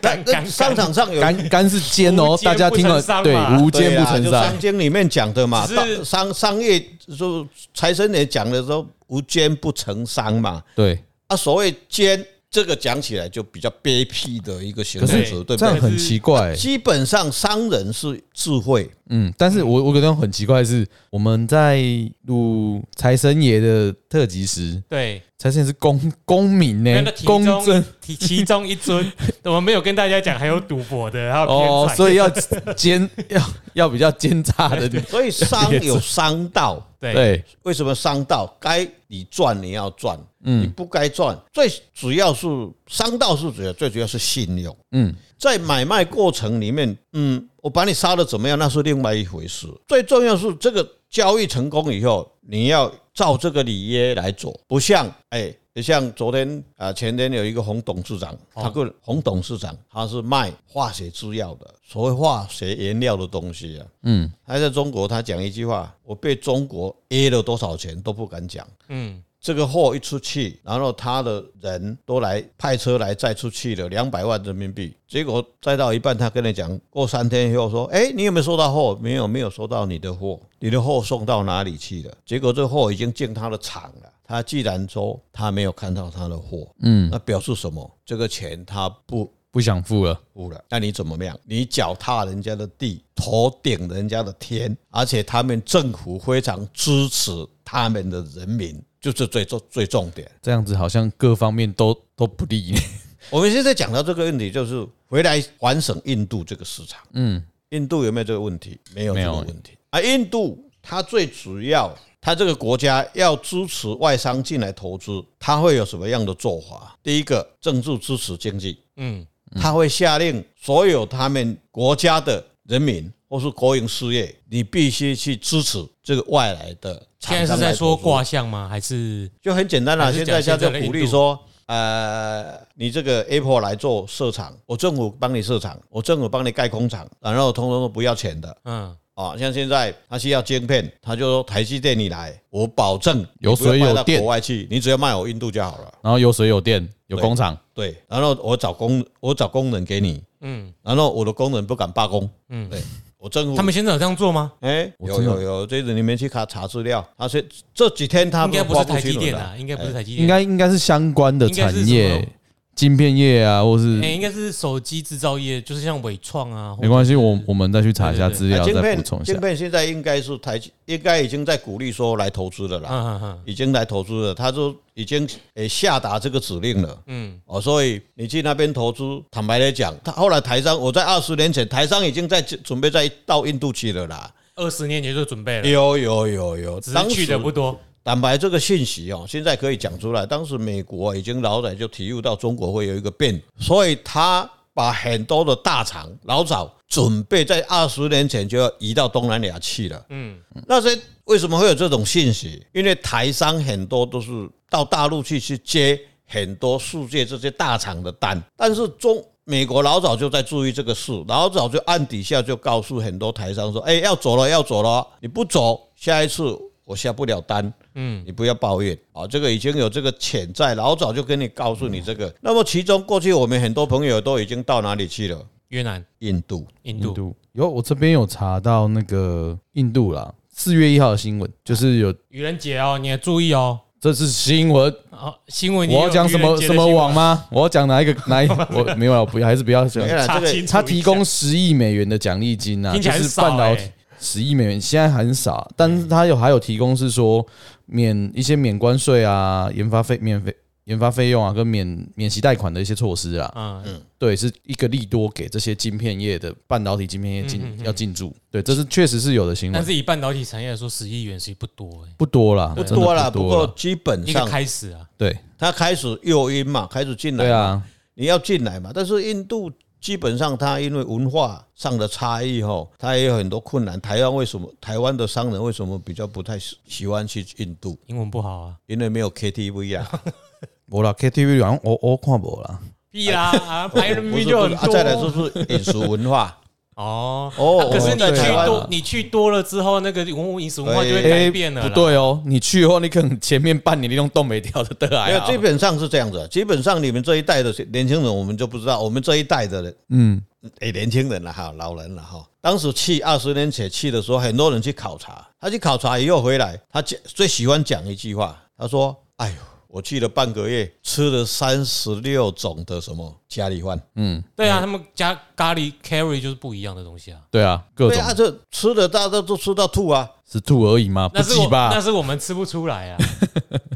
[SPEAKER 3] 但但呃商场上有
[SPEAKER 1] 干干是奸
[SPEAKER 2] 无
[SPEAKER 1] 哦，
[SPEAKER 2] 奸
[SPEAKER 1] 大家
[SPEAKER 2] 不
[SPEAKER 1] 听
[SPEAKER 2] 成
[SPEAKER 1] 了
[SPEAKER 2] 商
[SPEAKER 1] 对
[SPEAKER 2] 嘛，
[SPEAKER 1] 无
[SPEAKER 3] 对
[SPEAKER 1] 奸
[SPEAKER 3] 啊
[SPEAKER 1] 不成
[SPEAKER 3] 就
[SPEAKER 1] 商
[SPEAKER 3] 商，经里面讲的嘛，
[SPEAKER 2] 只
[SPEAKER 3] 大
[SPEAKER 2] 是
[SPEAKER 3] 商商业就财神爷讲的时候，无奸不成商嘛。
[SPEAKER 1] 对，
[SPEAKER 3] 啊，所谓奸这个讲起来就比较卑鄙的一个形容
[SPEAKER 2] 可是
[SPEAKER 3] 词，对不
[SPEAKER 1] 这
[SPEAKER 3] 对
[SPEAKER 1] 样？很奇怪、
[SPEAKER 3] 基本上商人是智慧，
[SPEAKER 1] 嗯，但是我我觉得很奇怪的是，我们在录财神爷的特辑时，
[SPEAKER 2] 对，
[SPEAKER 1] 财神爷是公公民呢、
[SPEAKER 2] 那个其
[SPEAKER 1] 哎公正
[SPEAKER 2] 中其其中一尊，我们没有跟大家讲还有赌博的，还有偏
[SPEAKER 1] 哦，
[SPEAKER 2] 财，
[SPEAKER 1] 所以要奸 要要比较奸诈的地
[SPEAKER 3] 所以商
[SPEAKER 1] 也是
[SPEAKER 3] 有商道。
[SPEAKER 2] 对
[SPEAKER 1] 对，
[SPEAKER 3] 为什么商道该你赚你要赚，你不该赚，最主要是商道是主要最主要是信用。
[SPEAKER 1] 嗯，
[SPEAKER 3] 在买卖过程里面，嗯，我把你杀的怎么样，那是另外一回事。最重要是这个交易成功以后，你要照这个礼约来做，不像哎，就像昨天啊，前天有一个洪董事长，
[SPEAKER 2] 哦
[SPEAKER 3] 他个洪董事长他是卖化学制药的，所谓化学原料的东西啊，
[SPEAKER 1] 嗯，
[SPEAKER 3] 他在中国他讲一句话，我被中国 A 了多少钱都不敢讲。
[SPEAKER 2] 嗯，
[SPEAKER 3] 这个货一出去，然后他的人都来派车来载出去了，两百万人民币。结果载到一半，他跟你讲，过三天以后说，哎，你有没有收到货？没有，没有收到你的货，你的货送到哪里去了？结果这货已经进他的厂了。他既然说他没有看到他的货，嗯，那表示什么？这个钱他不
[SPEAKER 1] 不想付了，
[SPEAKER 3] 付了，那你怎么样？你脚踏人家的地，头顶人家的天，而且他们政府非常支持他们的人民，就是最重最重点。
[SPEAKER 1] 这样子好像各方面都都不利。
[SPEAKER 3] 我们现在讲到这个问题，就是回来反省印度这个市场，
[SPEAKER 1] 嗯，
[SPEAKER 3] 印度有没有这个问题？没有
[SPEAKER 1] 没
[SPEAKER 3] 这个
[SPEAKER 1] 有
[SPEAKER 3] 问题啊！印度它最主要，它这个国家要支持外商进来投资，它会有什么样的做法？第一个，政治支持经济，
[SPEAKER 2] 嗯，
[SPEAKER 3] 他会下令所有他们国家的人民或是国营事业，你必须去支持这个外来的厂
[SPEAKER 2] 现在
[SPEAKER 3] 商
[SPEAKER 2] 是在
[SPEAKER 3] 来
[SPEAKER 2] 说
[SPEAKER 3] 投资，
[SPEAKER 2] 卦象吗？还是
[SPEAKER 3] 就很简单啦、
[SPEAKER 2] 还是
[SPEAKER 3] 现
[SPEAKER 2] 讲
[SPEAKER 3] 在他就
[SPEAKER 2] 现在的
[SPEAKER 3] 鼓
[SPEAKER 2] 印
[SPEAKER 3] 励
[SPEAKER 2] 度
[SPEAKER 3] 说，呃，你这个 Apple 来做设厂，我政府帮你设厂，我政府帮你盖工厂，然后通通都不要钱的。
[SPEAKER 2] 嗯，
[SPEAKER 3] 啊、像现在他需要晶片，他就说台积电你来，我保证
[SPEAKER 1] 有
[SPEAKER 3] 你不要
[SPEAKER 1] 水有
[SPEAKER 3] 卖到
[SPEAKER 1] 电
[SPEAKER 3] 国外去，你只要卖我印度就好了。
[SPEAKER 1] 然后有水有电有工厂，
[SPEAKER 3] 对，然后我找工我找工人给你，
[SPEAKER 2] 嗯，
[SPEAKER 3] 然后我的工人不敢罢工，
[SPEAKER 2] 嗯
[SPEAKER 3] 嗯，对我政府
[SPEAKER 2] 他们现在有这样做吗？
[SPEAKER 3] 哎、
[SPEAKER 1] 我
[SPEAKER 3] 有
[SPEAKER 1] 真的
[SPEAKER 3] 有有，这次你们去查查资料，他是这几天他
[SPEAKER 2] 应该不
[SPEAKER 3] 发
[SPEAKER 2] 是
[SPEAKER 3] 布
[SPEAKER 2] 台积
[SPEAKER 3] 新闻
[SPEAKER 2] 电
[SPEAKER 3] 了
[SPEAKER 2] 啊，应该不是台积电，
[SPEAKER 1] 应该应该是相关的
[SPEAKER 2] 应该
[SPEAKER 1] 产
[SPEAKER 2] 是什
[SPEAKER 1] 业
[SPEAKER 2] 么，
[SPEAKER 1] 晶片业啊，或是
[SPEAKER 2] 哎、应该是手机制造业，就是像伟创啊，
[SPEAKER 1] 没关系，
[SPEAKER 2] 或者
[SPEAKER 1] 我
[SPEAKER 2] 是
[SPEAKER 1] 我们再去查一下
[SPEAKER 2] 对对对
[SPEAKER 1] 资料，
[SPEAKER 3] 啊晶
[SPEAKER 1] 再补
[SPEAKER 3] 片
[SPEAKER 1] 充一下
[SPEAKER 3] 晶。片现在应该是台积，应该已经在鼓励说来投资的啦，
[SPEAKER 2] 嗯嗯嗯
[SPEAKER 3] 已经来投资了，他就已经诶下达这个指令了。
[SPEAKER 2] 嗯，
[SPEAKER 3] 哦，所以你去那边投资，坦白来讲，他后来台商，我在二十年前，台商已经在准备在到印度去了啦。
[SPEAKER 2] 二十年前就准备了，
[SPEAKER 3] 有有有有，
[SPEAKER 2] 只
[SPEAKER 3] 当
[SPEAKER 2] 是
[SPEAKER 3] 时
[SPEAKER 2] 去的不多。
[SPEAKER 3] 坦白这个信息哦，现在可以讲出来。当时美国已经老早就体悟到中国会有一个变，所以他把很多的大厂老早准备在二十年前就要移到东南亚去了。
[SPEAKER 2] 嗯，
[SPEAKER 3] 那些为什么会有这种信息？因为台商很多都是到大陆去去接很多世界这些大厂的单，但是中美国老早就在注意这个事，老早就暗底下就告诉很多台商说：“哎、要走了，要走了，你不走，下一次我下不了单。”嗯，你不要抱怨啊，这个已经有这个潜在，老早就跟你告诉你这个。那么其中过去我们很多朋友都已经到哪里去了？
[SPEAKER 2] 越南、
[SPEAKER 3] 印度。
[SPEAKER 2] 印
[SPEAKER 1] 印
[SPEAKER 2] 度，
[SPEAKER 1] 度有，我这边有查到那个印度啦，四月一号的新闻，就是有
[SPEAKER 2] 愚人节哦，你要注意哦。
[SPEAKER 1] 这是新闻，
[SPEAKER 2] 哦，新闻
[SPEAKER 1] 我要讲什么什么网？吗？我要讲哪一个哪一？ 我没有啦，我不还是不要讲
[SPEAKER 3] 没。有啦
[SPEAKER 2] 查
[SPEAKER 3] 这个
[SPEAKER 2] 清楚一 下
[SPEAKER 1] 他提供十亿美元的奖励金啊，
[SPEAKER 2] 听起
[SPEAKER 1] 就
[SPEAKER 2] 来很
[SPEAKER 1] 是
[SPEAKER 2] 少
[SPEAKER 1] 半导体
[SPEAKER 2] 欸
[SPEAKER 1] 十亿美元，现在很少，但是他有还有提供是说免一些免关税啊、研发费免费。研发费用啊，跟免免息贷款的一些措施啊，
[SPEAKER 2] 嗯，
[SPEAKER 1] 对，是一个利多给这些晶片业的半导体晶片业进、
[SPEAKER 2] 嗯嗯嗯
[SPEAKER 1] 要进驻，对，这是确实是有的新
[SPEAKER 2] 但
[SPEAKER 1] 闻，
[SPEAKER 2] 是以半导体产业来说，十亿元其实不多哎，
[SPEAKER 1] 不多啦，
[SPEAKER 3] 不
[SPEAKER 1] 真的
[SPEAKER 3] 多啦，
[SPEAKER 1] 啦，
[SPEAKER 3] 不过基本
[SPEAKER 2] 一个
[SPEAKER 3] 上
[SPEAKER 2] 开始啊，
[SPEAKER 1] 对
[SPEAKER 3] 他开始诱因嘛，开始进来嘛
[SPEAKER 1] 对啊，
[SPEAKER 3] 你要进来嘛。但是印度基本上它因为文化上的差异哈，它也有很多困难。台湾为什么台湾的商人为什么比较不太喜喜欢去印度？
[SPEAKER 2] 英文不好啊，
[SPEAKER 1] 哎
[SPEAKER 3] 因为没有 KTV 啊，
[SPEAKER 1] 我啦 KTV 好像我我看不啦，
[SPEAKER 2] 屁啦， 啊，白人
[SPEAKER 3] 不
[SPEAKER 2] 民
[SPEAKER 3] 是
[SPEAKER 2] 就
[SPEAKER 3] 不
[SPEAKER 2] 很
[SPEAKER 3] 是啊，
[SPEAKER 2] 多。
[SPEAKER 3] 再来就是饮食文化
[SPEAKER 2] 哦，
[SPEAKER 3] 哦
[SPEAKER 2] 啊可是你
[SPEAKER 1] 对
[SPEAKER 2] 去
[SPEAKER 1] 台湾
[SPEAKER 2] 多
[SPEAKER 1] 啊，
[SPEAKER 2] 你去多了之后，那个文物饮食文化就会
[SPEAKER 3] 哎
[SPEAKER 2] 改变了啦。
[SPEAKER 1] 不对哦，你去后你可能前面半年你都冻没掉的得
[SPEAKER 3] 没
[SPEAKER 1] 癌
[SPEAKER 3] 有，
[SPEAKER 1] 啊，
[SPEAKER 3] 基本上是这样子。基本上你们这一代的年轻人，我们就不知道，我们这一代的人，
[SPEAKER 1] 嗯，
[SPEAKER 3] 诶、年轻人了啊哈，老人了哈。当时去二十年前去的时候，很多人去考察，他去考察以后回来，他讲最喜欢讲一句话，他说：“哎呦，我去了半个月，吃了三十六种的什么家里饭，
[SPEAKER 2] 对啊，他们加咖喱 carry 就是不一样的东西啊。
[SPEAKER 1] 对啊，各
[SPEAKER 3] 对
[SPEAKER 1] 种
[SPEAKER 3] 啊，这吃的大家都吃到吐 啊，
[SPEAKER 1] 是吐而已嘛，不
[SPEAKER 2] 那是
[SPEAKER 1] 急
[SPEAKER 2] 我，那
[SPEAKER 1] 吧？
[SPEAKER 2] 是我们吃不出来啊。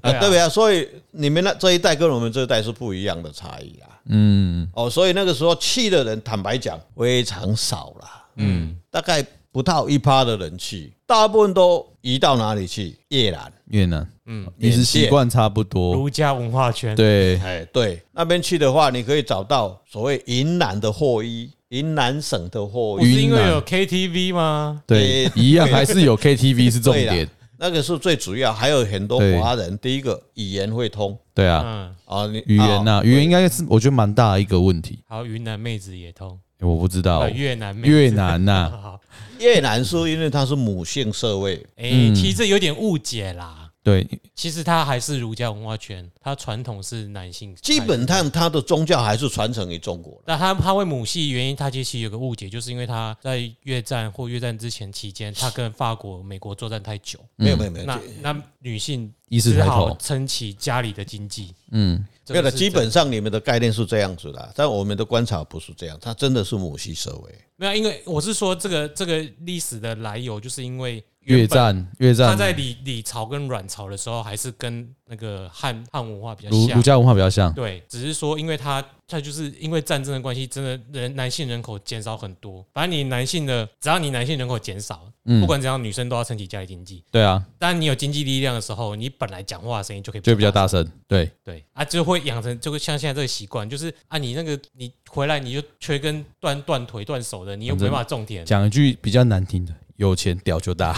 [SPEAKER 1] 哎
[SPEAKER 3] 啊，
[SPEAKER 2] 啊，
[SPEAKER 3] 对不对啊？所以你们那这一代跟我们这一代是不一样的差异啦。
[SPEAKER 1] 嗯，
[SPEAKER 3] 哦，所以那个时候去的人，坦白讲非常少啦，
[SPEAKER 2] 嗯，
[SPEAKER 3] 大概不到一趴的人去，大部分都移到哪里去？越南，
[SPEAKER 1] 越南，
[SPEAKER 2] 嗯
[SPEAKER 1] 嗯，饮食习惯差不多，
[SPEAKER 2] 儒家文化圈，
[SPEAKER 1] 对，
[SPEAKER 3] 哎，对，那边去的话，你可以找到所谓云南的货衣，云南省的货
[SPEAKER 2] 不
[SPEAKER 3] 衣，
[SPEAKER 2] 是
[SPEAKER 1] 云
[SPEAKER 2] 因为
[SPEAKER 1] 南
[SPEAKER 2] 有 KTV 吗？
[SPEAKER 1] 对
[SPEAKER 3] 诶，
[SPEAKER 1] 一样
[SPEAKER 2] 啊
[SPEAKER 1] 还是有 KTV 是重
[SPEAKER 3] 对
[SPEAKER 1] 点
[SPEAKER 3] 啦，，那个是最主要。还有很多
[SPEAKER 1] 对
[SPEAKER 3] 华人，第一个语言会通
[SPEAKER 1] 对啊，
[SPEAKER 2] 嗯，
[SPEAKER 3] 啊，你
[SPEAKER 1] 语言
[SPEAKER 3] 啊
[SPEAKER 1] 呐，语言应该是我觉得蛮大的一个问题，
[SPEAKER 2] 还有云南妹子也通，
[SPEAKER 1] 我不知道哦
[SPEAKER 2] 呃，越南妹子
[SPEAKER 1] 越南啊呐，
[SPEAKER 2] 好，
[SPEAKER 3] 越南是因为它是母性社会，
[SPEAKER 2] 哎，
[SPEAKER 1] 嗯
[SPEAKER 2] 其实这有点误解啦。
[SPEAKER 1] 对，
[SPEAKER 2] 其实它还是儒家文化圈，它传统是男性，
[SPEAKER 3] 基本上它的宗教还是传承于中国的。
[SPEAKER 2] 那他他为母系原因，他其实有个误解，就是因为他在越战或越战之前期间，他跟法国、美国作战太久，
[SPEAKER 1] 嗯
[SPEAKER 3] 没有没有没有，
[SPEAKER 2] 那那女性
[SPEAKER 1] 意识
[SPEAKER 2] 只
[SPEAKER 1] 抬
[SPEAKER 2] 好
[SPEAKER 1] 头，
[SPEAKER 2] 撑起家里的经济。
[SPEAKER 1] 嗯，
[SPEAKER 2] 这
[SPEAKER 3] 没有
[SPEAKER 2] 个
[SPEAKER 3] 了，
[SPEAKER 2] 是
[SPEAKER 3] 基
[SPEAKER 2] 真
[SPEAKER 3] 本上你们的概念是这样子的，但我们的观察不是这样，它真的是母系社会。
[SPEAKER 2] 没有，因为我是说这个这个历史的来由，就是因为
[SPEAKER 1] 越
[SPEAKER 2] 原本
[SPEAKER 1] 战越
[SPEAKER 2] 他
[SPEAKER 1] 战，
[SPEAKER 2] 在李李朝跟阮朝的时候，还是跟那个汉汉文化比较
[SPEAKER 1] 儒儒
[SPEAKER 2] 像。
[SPEAKER 1] 家文化比较像，
[SPEAKER 2] 对，只是说，因为他他就是因为战争的关系，真的人男性人口减少很多。反正你男性的，只要你男性人口减少，不
[SPEAKER 1] 嗯，
[SPEAKER 2] 管怎样，女生都要撑起家里经济。
[SPEAKER 1] 对啊，
[SPEAKER 2] 当你有经济力量的时候，你本来讲话的声音就可以
[SPEAKER 1] 就比较大。声，对，
[SPEAKER 2] 对啊，就会养成就会像现在这个习惯，就是啊，你那个你回来你就缺根断断腿断手的，你又没办法种田，
[SPEAKER 1] 讲一句比较难听的，有钱屌就 大，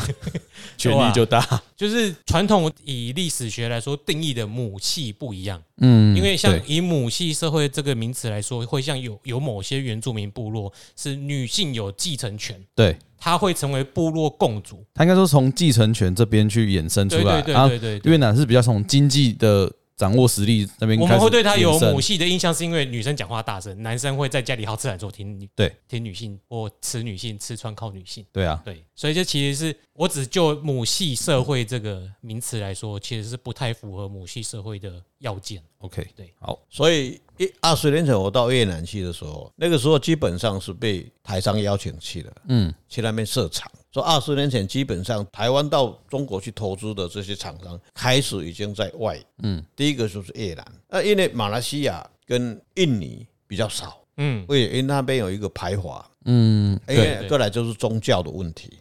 [SPEAKER 1] 权力就大，
[SPEAKER 2] 就是传统以历史学来说定义的母系不一样，
[SPEAKER 1] 嗯，
[SPEAKER 2] 因为像
[SPEAKER 1] 对
[SPEAKER 2] 以母系社会这个名词来说，会像有有某些原住民部落是女性有继承权，
[SPEAKER 1] 对。
[SPEAKER 2] 她会成为部落共主。
[SPEAKER 1] 他应该说从继承权这边去衍生出
[SPEAKER 2] 对
[SPEAKER 1] 来
[SPEAKER 2] 对，对
[SPEAKER 1] 啊，
[SPEAKER 2] 对对对。
[SPEAKER 1] 越南是比较从经济的掌握实力那边
[SPEAKER 2] 我
[SPEAKER 1] 开
[SPEAKER 2] 们
[SPEAKER 1] 始
[SPEAKER 2] 会对她有
[SPEAKER 1] 衍生
[SPEAKER 2] 母系的印象，是因为女生讲话大声，男生会在家里好吃懒做，听女
[SPEAKER 1] 对
[SPEAKER 2] 听女性或吃女性，吃穿靠女性。
[SPEAKER 1] 对啊，
[SPEAKER 2] 对，所以这其实是我只就母系社会这个名词来说，其实是不太符合母系社会的要件。
[SPEAKER 1] OK，
[SPEAKER 2] 对，
[SPEAKER 1] 好，
[SPEAKER 3] 所以一二十年前我到越南去的时候，那个时候基本上是被台商邀请去的，
[SPEAKER 1] 嗯，
[SPEAKER 3] 去那边设厂。说二十年前，基本上台湾到中国去投资的这些厂商，开始已经在外。嗯，第一个就是越南，那因为马来西亚跟印尼比较少，
[SPEAKER 2] 嗯，
[SPEAKER 3] 为因为那边有一个排华，
[SPEAKER 1] 嗯，
[SPEAKER 3] 因
[SPEAKER 1] 对，
[SPEAKER 3] 为过来就是宗教的问题。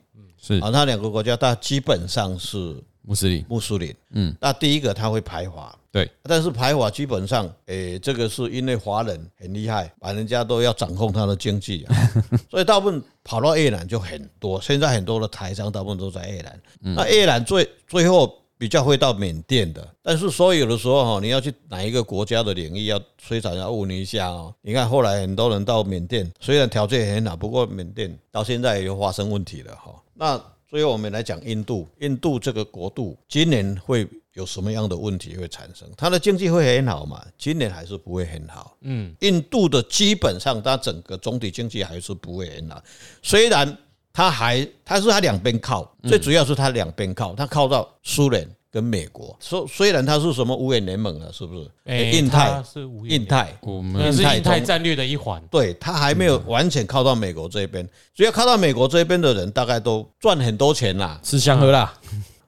[SPEAKER 1] 是
[SPEAKER 3] 啊，那两个国家它基本上是
[SPEAKER 1] 穆斯林，
[SPEAKER 3] 穆斯林，
[SPEAKER 1] 嗯，
[SPEAKER 3] 那第一个它会排华，
[SPEAKER 1] 对，
[SPEAKER 3] 但是排华基本上，诶、这个是因为华人很厉害，把人家都要掌控他的经济、啊， 所以大部分跑到越南就很多。现在很多的台商大部分都在越南，那越南最最后比较会到缅甸的，但是所以有的时候哈、你要去哪一个国家的领域要非常要问一下哦。你看后来很多人到缅甸，虽然条件很好，不过缅甸到现在又发生问题了哈、那最后我们来讲印度，印度这个国度今年会有什么样的问题会产生？它的经济会很好嘛？今年还是不会很好。嗯，印度的基本上它整个总体经济还是不会很好，虽然它还它是它两边靠，
[SPEAKER 2] 嗯
[SPEAKER 3] 最主要是它两边靠，它靠到苏联跟美国。虽虽然它是什么五眼联盟了，啊是不是？哎
[SPEAKER 2] 诶
[SPEAKER 3] 印
[SPEAKER 2] 哎它
[SPEAKER 3] 太、
[SPEAKER 2] 是无
[SPEAKER 3] 印太，
[SPEAKER 1] 我
[SPEAKER 2] 那
[SPEAKER 1] 们
[SPEAKER 2] 是
[SPEAKER 3] 印太
[SPEAKER 2] 印太
[SPEAKER 3] 中
[SPEAKER 2] 战略的一环。
[SPEAKER 3] 对，它还没
[SPEAKER 2] 嗯
[SPEAKER 3] 有完全靠到美国这边。只要靠到美国这边的人，大概都赚很多钱啦。
[SPEAKER 1] 吃香喝辣。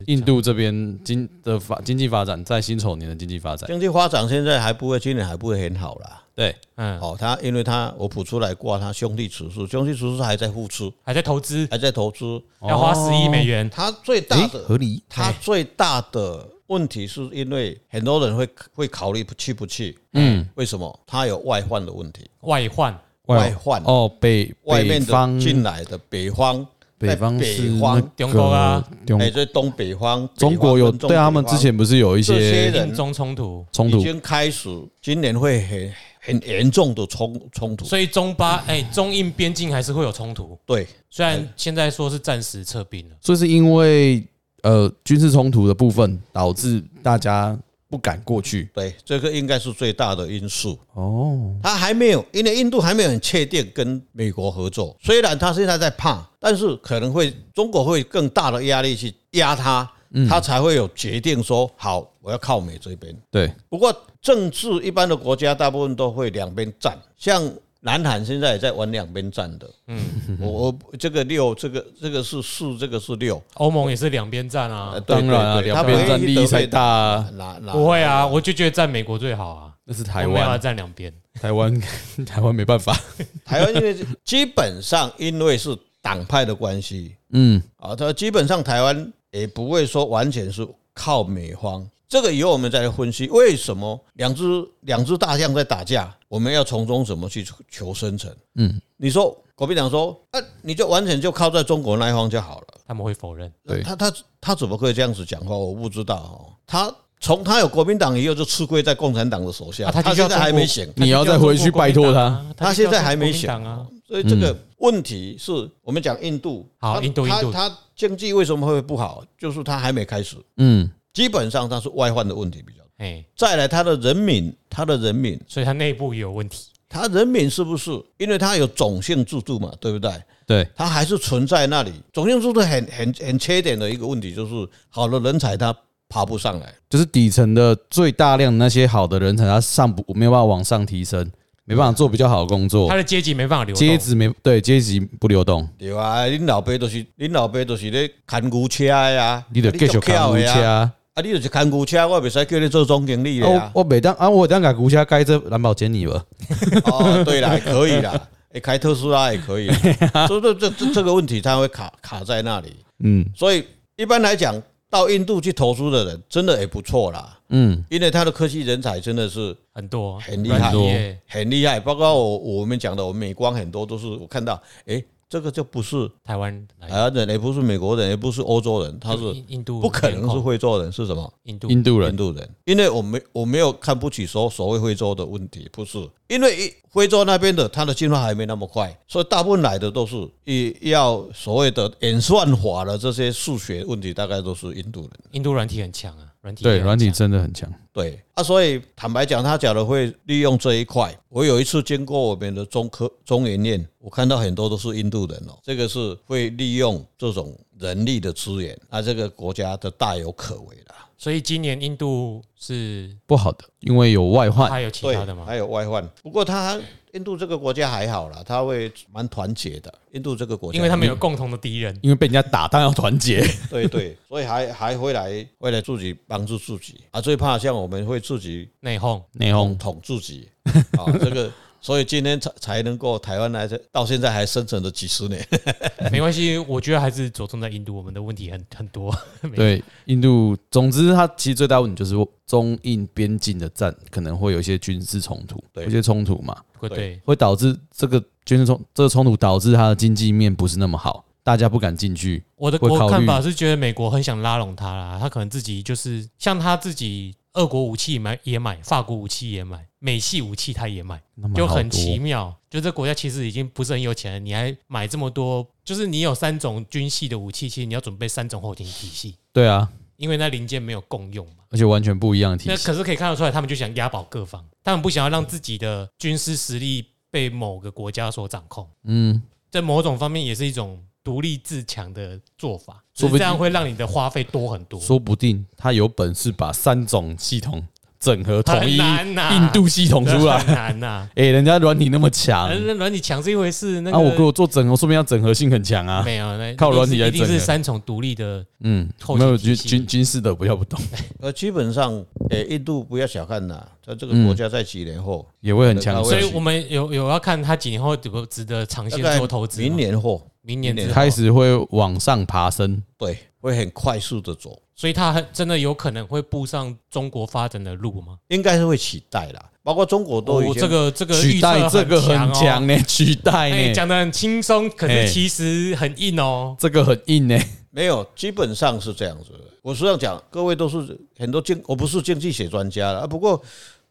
[SPEAKER 1] 印度这边经的发经济发展，在辛丑年的经济发展，
[SPEAKER 3] 经济发展现在还不会，今年还不会很好啦。
[SPEAKER 1] 对，
[SPEAKER 2] 嗯，
[SPEAKER 3] 哦，他因为他我谱出来挂他兄弟指数，兄弟指数还在付出，
[SPEAKER 2] 还在投资，
[SPEAKER 3] 还在投资。
[SPEAKER 1] 哦
[SPEAKER 2] 要花十亿美元。
[SPEAKER 3] 他最大的
[SPEAKER 1] 理
[SPEAKER 3] 他最大的问题是因为很多人会会考虑去不去，嗯，为什么？他有外患的问题，
[SPEAKER 2] 外患，
[SPEAKER 3] 外患，
[SPEAKER 1] 哦，北
[SPEAKER 3] 外
[SPEAKER 1] 北
[SPEAKER 3] 面
[SPEAKER 1] 方
[SPEAKER 3] 的进来的北方，
[SPEAKER 1] 北方
[SPEAKER 3] 在
[SPEAKER 1] 是
[SPEAKER 3] 北
[SPEAKER 1] 那
[SPEAKER 3] 方
[SPEAKER 1] 个，
[SPEAKER 2] 中国啊，
[SPEAKER 1] 中
[SPEAKER 3] 哎，在东北方，
[SPEAKER 1] 中国有
[SPEAKER 3] 北方跟中
[SPEAKER 1] 对啊他们
[SPEAKER 3] 北
[SPEAKER 1] 之
[SPEAKER 3] 方
[SPEAKER 1] 前不是有一
[SPEAKER 3] 这些
[SPEAKER 1] 些
[SPEAKER 3] 人
[SPEAKER 2] 印中冲突，
[SPEAKER 1] 冲
[SPEAKER 3] 已
[SPEAKER 1] 突，
[SPEAKER 3] 经开始，今年会很很严重的冲冲突，
[SPEAKER 2] 所以中巴哎、中印边境还是会有冲突。
[SPEAKER 3] 对。
[SPEAKER 2] 虽然现在说是暂时撤兵了，
[SPEAKER 1] 所以是因为呃军事冲突的部分导致大家不敢过去
[SPEAKER 3] 对，这个应该是最大的因素。
[SPEAKER 1] 哦，
[SPEAKER 3] 他还没有，因为印度还没有很确定跟美国合作，虽然他现在在怕，但是可能会中国会更大的压力去压他，
[SPEAKER 1] 嗯
[SPEAKER 3] 他才会有决定说好，我要靠美这边。
[SPEAKER 1] 对，
[SPEAKER 3] 不过政治一般的国家大部分都会两边站，像南韩现在也在玩两边站的。嗯，我我这个六，这个这个是四，这个是六。
[SPEAKER 2] 欧盟也是两边站啊
[SPEAKER 3] 呃，对
[SPEAKER 1] 当然啊，
[SPEAKER 3] 对对
[SPEAKER 1] 两边
[SPEAKER 3] 他
[SPEAKER 1] 占
[SPEAKER 3] 唯一
[SPEAKER 1] 利益才大
[SPEAKER 3] 得
[SPEAKER 1] 啊，
[SPEAKER 3] 被哪哪
[SPEAKER 2] 不会啊，我就觉得站美国最好啊，
[SPEAKER 1] 那是
[SPEAKER 2] 我
[SPEAKER 1] 台
[SPEAKER 2] 没有要
[SPEAKER 1] 湾，
[SPEAKER 2] 站两边，
[SPEAKER 1] 台湾， 台湾没办 法。
[SPEAKER 3] 台湾因为基 本上因为是党派的关系
[SPEAKER 1] 嗯，
[SPEAKER 3] 啊，它基本上台湾也不会说完全是靠美方。这个以后我们再来分析为什么两只两只大象在打架，我们要从中怎么去求生存？
[SPEAKER 1] 嗯，
[SPEAKER 3] 你说国民党说啊，你就完全就靠在中国那一方就好了。
[SPEAKER 2] 他们会否认。
[SPEAKER 1] 对
[SPEAKER 3] 他他他怎么可以这样子讲话？我不知道哦。他从他有国民党以后就吃亏在共产党的手下，
[SPEAKER 2] 啊他就
[SPEAKER 3] 他现在还没醒。
[SPEAKER 1] 你要再回去拜托啊他。
[SPEAKER 3] 他现在还没
[SPEAKER 2] 想
[SPEAKER 3] 想
[SPEAKER 2] 啊，
[SPEAKER 3] 所以这个问题是我们讲印度，
[SPEAKER 2] 好
[SPEAKER 3] 它
[SPEAKER 2] 印度
[SPEAKER 3] 它
[SPEAKER 2] 印度
[SPEAKER 3] 它经济为什么会不好？就是它还没开始，
[SPEAKER 1] 嗯，
[SPEAKER 3] 基本上它是外患的问题比较多。
[SPEAKER 2] 哎，
[SPEAKER 3] 再来，它的人民，它的人民，
[SPEAKER 2] 所以他内部也有问题。
[SPEAKER 3] 它人民是不是？因为它有种姓制度嘛，对不对？
[SPEAKER 1] 对，
[SPEAKER 3] 它还是存在那里。种姓制度很很很缺点的一个问题就是，好的人才他爬不上来。
[SPEAKER 1] 就是底层的最大量的那些好的人才，他上不没有办法往上提升，没办法做比较好的工作
[SPEAKER 3] 哦
[SPEAKER 2] 他，的阶级没办法流动，
[SPEAKER 1] 阶级没对阶级不流动，
[SPEAKER 3] 对啊，恁老爸都是恁老爸都是咧牵牛车的啊，
[SPEAKER 1] 你得
[SPEAKER 3] 啊
[SPEAKER 1] 继续扛
[SPEAKER 3] 足巧
[SPEAKER 1] 牛
[SPEAKER 3] 的
[SPEAKER 1] 车
[SPEAKER 3] 啊，
[SPEAKER 1] 啊。
[SPEAKER 3] 啊你就是牵牛车，我袂使叫你做总经理的
[SPEAKER 1] 啊
[SPEAKER 3] 啊。
[SPEAKER 1] 我我每当啊，我当把牛车改这蓝宝坚尼吧。
[SPEAKER 3] 哦，对啦，可以 啦，诶，开特斯拉也可以啦。所以这这这这个问题，它会卡卡在那里。
[SPEAKER 1] 嗯
[SPEAKER 3] 所以一般来讲，到印度去投资的人，真的也不错啦，
[SPEAKER 1] 嗯，
[SPEAKER 3] 因为他的科技人才真的是
[SPEAKER 2] 很多啊
[SPEAKER 3] 很厉害
[SPEAKER 2] 很多
[SPEAKER 3] 很厉害。包括我我们讲的，我们美光很多都是我看到，诶，这个就不是
[SPEAKER 2] 台湾来
[SPEAKER 3] 台湾人，也不是美国人，也不是欧洲哦人，他是
[SPEAKER 2] 印印度
[SPEAKER 3] 不可能是
[SPEAKER 2] 面孔
[SPEAKER 3] 会做人，是什么？
[SPEAKER 2] 印度
[SPEAKER 1] 印度
[SPEAKER 3] 印
[SPEAKER 1] 人，
[SPEAKER 3] 度人，因为我没我没有看不起说所谓非洲的问题，不是，因为一非洲那边的它的进化还没那么快，所以大部分来的都是一要所谓的演算法的这些数学问题，大概都是印度人。
[SPEAKER 2] 印度软体很强啊，软体
[SPEAKER 1] 对
[SPEAKER 2] 也很
[SPEAKER 1] 软体
[SPEAKER 2] 强
[SPEAKER 1] 真的很强。
[SPEAKER 3] 对啊，所以坦白讲，他讲的会利用这一块。我有一次经过我们的中科中研院，我看到很多都是印度人哦，这个是会利用这种人力的资源，啊，这个国家的大有可为啦。
[SPEAKER 2] 所以今年印度是
[SPEAKER 1] 不好的，因为有外患。
[SPEAKER 2] 还有其
[SPEAKER 3] 对，
[SPEAKER 2] 他的吗？
[SPEAKER 3] 还有外患。不过他印度这个国家还好啦，他会蛮团结的。印度这个国家，
[SPEAKER 2] 因为他们有共同的敌人，
[SPEAKER 1] 因为被人家打，当然要团结。
[SPEAKER 3] 对对，所以还还会来会来自己帮助自己啊。最怕像我们会自己
[SPEAKER 2] 内讧
[SPEAKER 1] 内
[SPEAKER 3] 统
[SPEAKER 1] 讧，
[SPEAKER 3] 统自己啊，这个。 所以今天才才能够台湾来这到现在还生存了几十年，
[SPEAKER 2] 没关系，我觉得还是着重在印度，我们的问题很很多。
[SPEAKER 1] 对印度，总之它其实最大问题就是中印边境的战可能会有一些军事冲突，
[SPEAKER 3] 对
[SPEAKER 1] 有一些冲突嘛，
[SPEAKER 2] 对对，
[SPEAKER 1] 会导致这个军事冲这个冲突导致它的经济面不是那么好，大家不敢进去。
[SPEAKER 2] 我的
[SPEAKER 1] 会考
[SPEAKER 2] 我
[SPEAKER 1] 虑
[SPEAKER 2] 看法是觉得美国很想拉拢他啦，他可能自己就是像他自己，俄国武器买也买，法国武器也买，美系武器他也买，
[SPEAKER 1] 那么
[SPEAKER 2] 就
[SPEAKER 1] 好
[SPEAKER 2] 很
[SPEAKER 1] 多
[SPEAKER 2] 奇妙。就这国家其实已经不是很有钱了，你还买这么多，就是你有三种军系的武器，其实你要准备三种后勤体系，
[SPEAKER 1] 对啊，
[SPEAKER 2] 因为那零件没有共用嘛。
[SPEAKER 1] 而且完全不一样的体
[SPEAKER 2] 那
[SPEAKER 1] 系。
[SPEAKER 2] 可是可以看得出来，他们就想押宝各方，他们不想要让自己的军事实力被某个国家所掌控。
[SPEAKER 1] 嗯，
[SPEAKER 2] 在某种方面也是一种独立自强的做法，
[SPEAKER 1] 说
[SPEAKER 2] 所
[SPEAKER 1] 不定
[SPEAKER 2] 以这样会让你的花费多很多。
[SPEAKER 1] 说不定他有本事把三种系统整合统一
[SPEAKER 2] 很 难啊呐
[SPEAKER 1] 印度系统出 来。
[SPEAKER 2] 很难呐、
[SPEAKER 1] 哎，人家软体那么强，
[SPEAKER 2] 那软体强是一回事，那
[SPEAKER 1] 啊，我给
[SPEAKER 2] 个
[SPEAKER 1] 我做整合，说不定要整合性很强啊。
[SPEAKER 2] 没有，那
[SPEAKER 1] 靠软体来
[SPEAKER 2] 一定
[SPEAKER 1] 整的
[SPEAKER 2] 是三重独立的，
[SPEAKER 1] 嗯，
[SPEAKER 2] 后
[SPEAKER 1] 没
[SPEAKER 2] 勤
[SPEAKER 1] 有
[SPEAKER 2] 体
[SPEAKER 1] 军
[SPEAKER 2] 系
[SPEAKER 1] 军军事的不要不懂，
[SPEAKER 3] 呃，基本上，诶、印度不要小看呐，在这个国家在几年后，
[SPEAKER 1] 也会很强
[SPEAKER 3] 我
[SPEAKER 2] 所
[SPEAKER 1] 盛
[SPEAKER 3] 也。
[SPEAKER 2] 以呃我们有有要看他几年后值不值得长
[SPEAKER 3] 大
[SPEAKER 2] 线
[SPEAKER 3] 概
[SPEAKER 2] 做投资吗，
[SPEAKER 3] 明年后，
[SPEAKER 2] 明年
[SPEAKER 3] 明
[SPEAKER 2] 之
[SPEAKER 3] 年
[SPEAKER 2] 后，
[SPEAKER 1] 开始会往上爬升。
[SPEAKER 3] 对，会很快速的走。
[SPEAKER 2] 所以他很真的有可能会步上中国发展的路吗？
[SPEAKER 3] 应该是会取代啦。包括中国都已
[SPEAKER 2] 我哦
[SPEAKER 3] 经、
[SPEAKER 2] 这个这个
[SPEAKER 1] 取代
[SPEAKER 2] 预测
[SPEAKER 1] 这个很
[SPEAKER 2] 很哦
[SPEAKER 1] 强，呢，取代
[SPEAKER 2] 哎，
[SPEAKER 1] 呢，
[SPEAKER 2] 讲的很轻松，可
[SPEAKER 1] 哎
[SPEAKER 2] 是其实很硬哦。
[SPEAKER 1] 这个很硬呢。
[SPEAKER 3] 没有，基本上是这样子的。我实际上讲，各位都是很多经，我不是经济学专家了，啊不过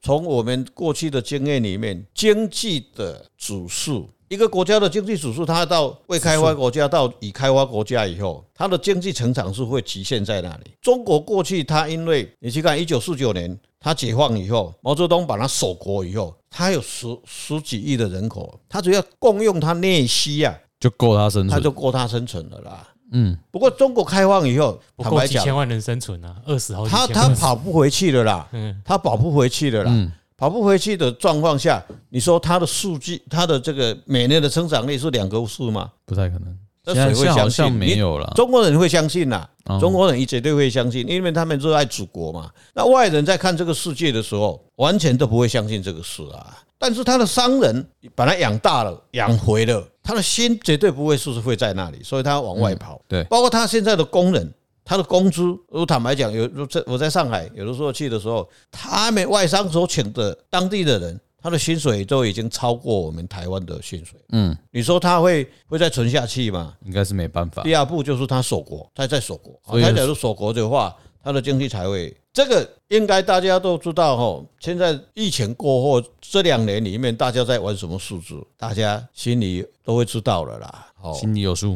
[SPEAKER 3] 从我们过去的经验里面，经济的指数，一个国家的经济指数，它到未开发国家到已开发国家以后，它的经济成长是会局限在那里。中国过去它因为你去看一九四九年它解放以后，毛泽东把它锁国以后，它有十十几亿的人口，它只要共用它内需啊，
[SPEAKER 1] 就够他生
[SPEAKER 3] 它
[SPEAKER 1] 存，
[SPEAKER 3] 就够它生存了啦。
[SPEAKER 1] 嗯，
[SPEAKER 3] 不过中国开放以后，
[SPEAKER 2] 不
[SPEAKER 3] 坦
[SPEAKER 2] 过
[SPEAKER 3] 白
[SPEAKER 2] 几
[SPEAKER 3] 讲，
[SPEAKER 2] 千万人生存啊，饿死好几
[SPEAKER 3] 他
[SPEAKER 2] 千
[SPEAKER 3] 他
[SPEAKER 2] 万。
[SPEAKER 3] 跑不回去了啦，
[SPEAKER 2] 嗯，
[SPEAKER 3] 他跑不回去了啦。
[SPEAKER 1] 嗯
[SPEAKER 3] 跑不回去的状况下，你说他的数据，他的这个每年的成长率是两个数吗？
[SPEAKER 1] 不太可能。
[SPEAKER 3] 那
[SPEAKER 1] 现在
[SPEAKER 3] 谁
[SPEAKER 1] 现
[SPEAKER 3] 会
[SPEAKER 1] 在好
[SPEAKER 3] 相信
[SPEAKER 1] 像
[SPEAKER 3] 你
[SPEAKER 1] 没有了。
[SPEAKER 3] 中国人会相信啦、
[SPEAKER 1] 哦
[SPEAKER 3] 中国人也绝对会相信，因为他们热爱祖国嘛。那外人在看这个世界的时候，完全都不会相信这个事啊。但是他的商人把他养大了、养回了，他的心绝对不会是会在那里，所以他往外跑。
[SPEAKER 1] 嗯对
[SPEAKER 3] 包括他现在的工人，他的工资，我坦白讲，有我在我在上海有的时候去的时候，他们外商所请的当地的人，他的薪水都已经超过我们台湾的薪水。
[SPEAKER 1] 嗯，
[SPEAKER 3] 你说他会会再存下去吗？
[SPEAKER 1] 应该是没办法。
[SPEAKER 3] 第二步就是他锁国，他在锁国，哦
[SPEAKER 1] 所以
[SPEAKER 3] 他假如锁国的话，他的经济才会。这个应该大家都知道哈。现在疫情过后这两年里面，大家在玩什么数字，大家心里都会知道了啦。哦，
[SPEAKER 1] 心里有数，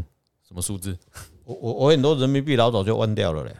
[SPEAKER 1] 什么数字？
[SPEAKER 3] 我我我很多人民币老早就弯掉了嘞。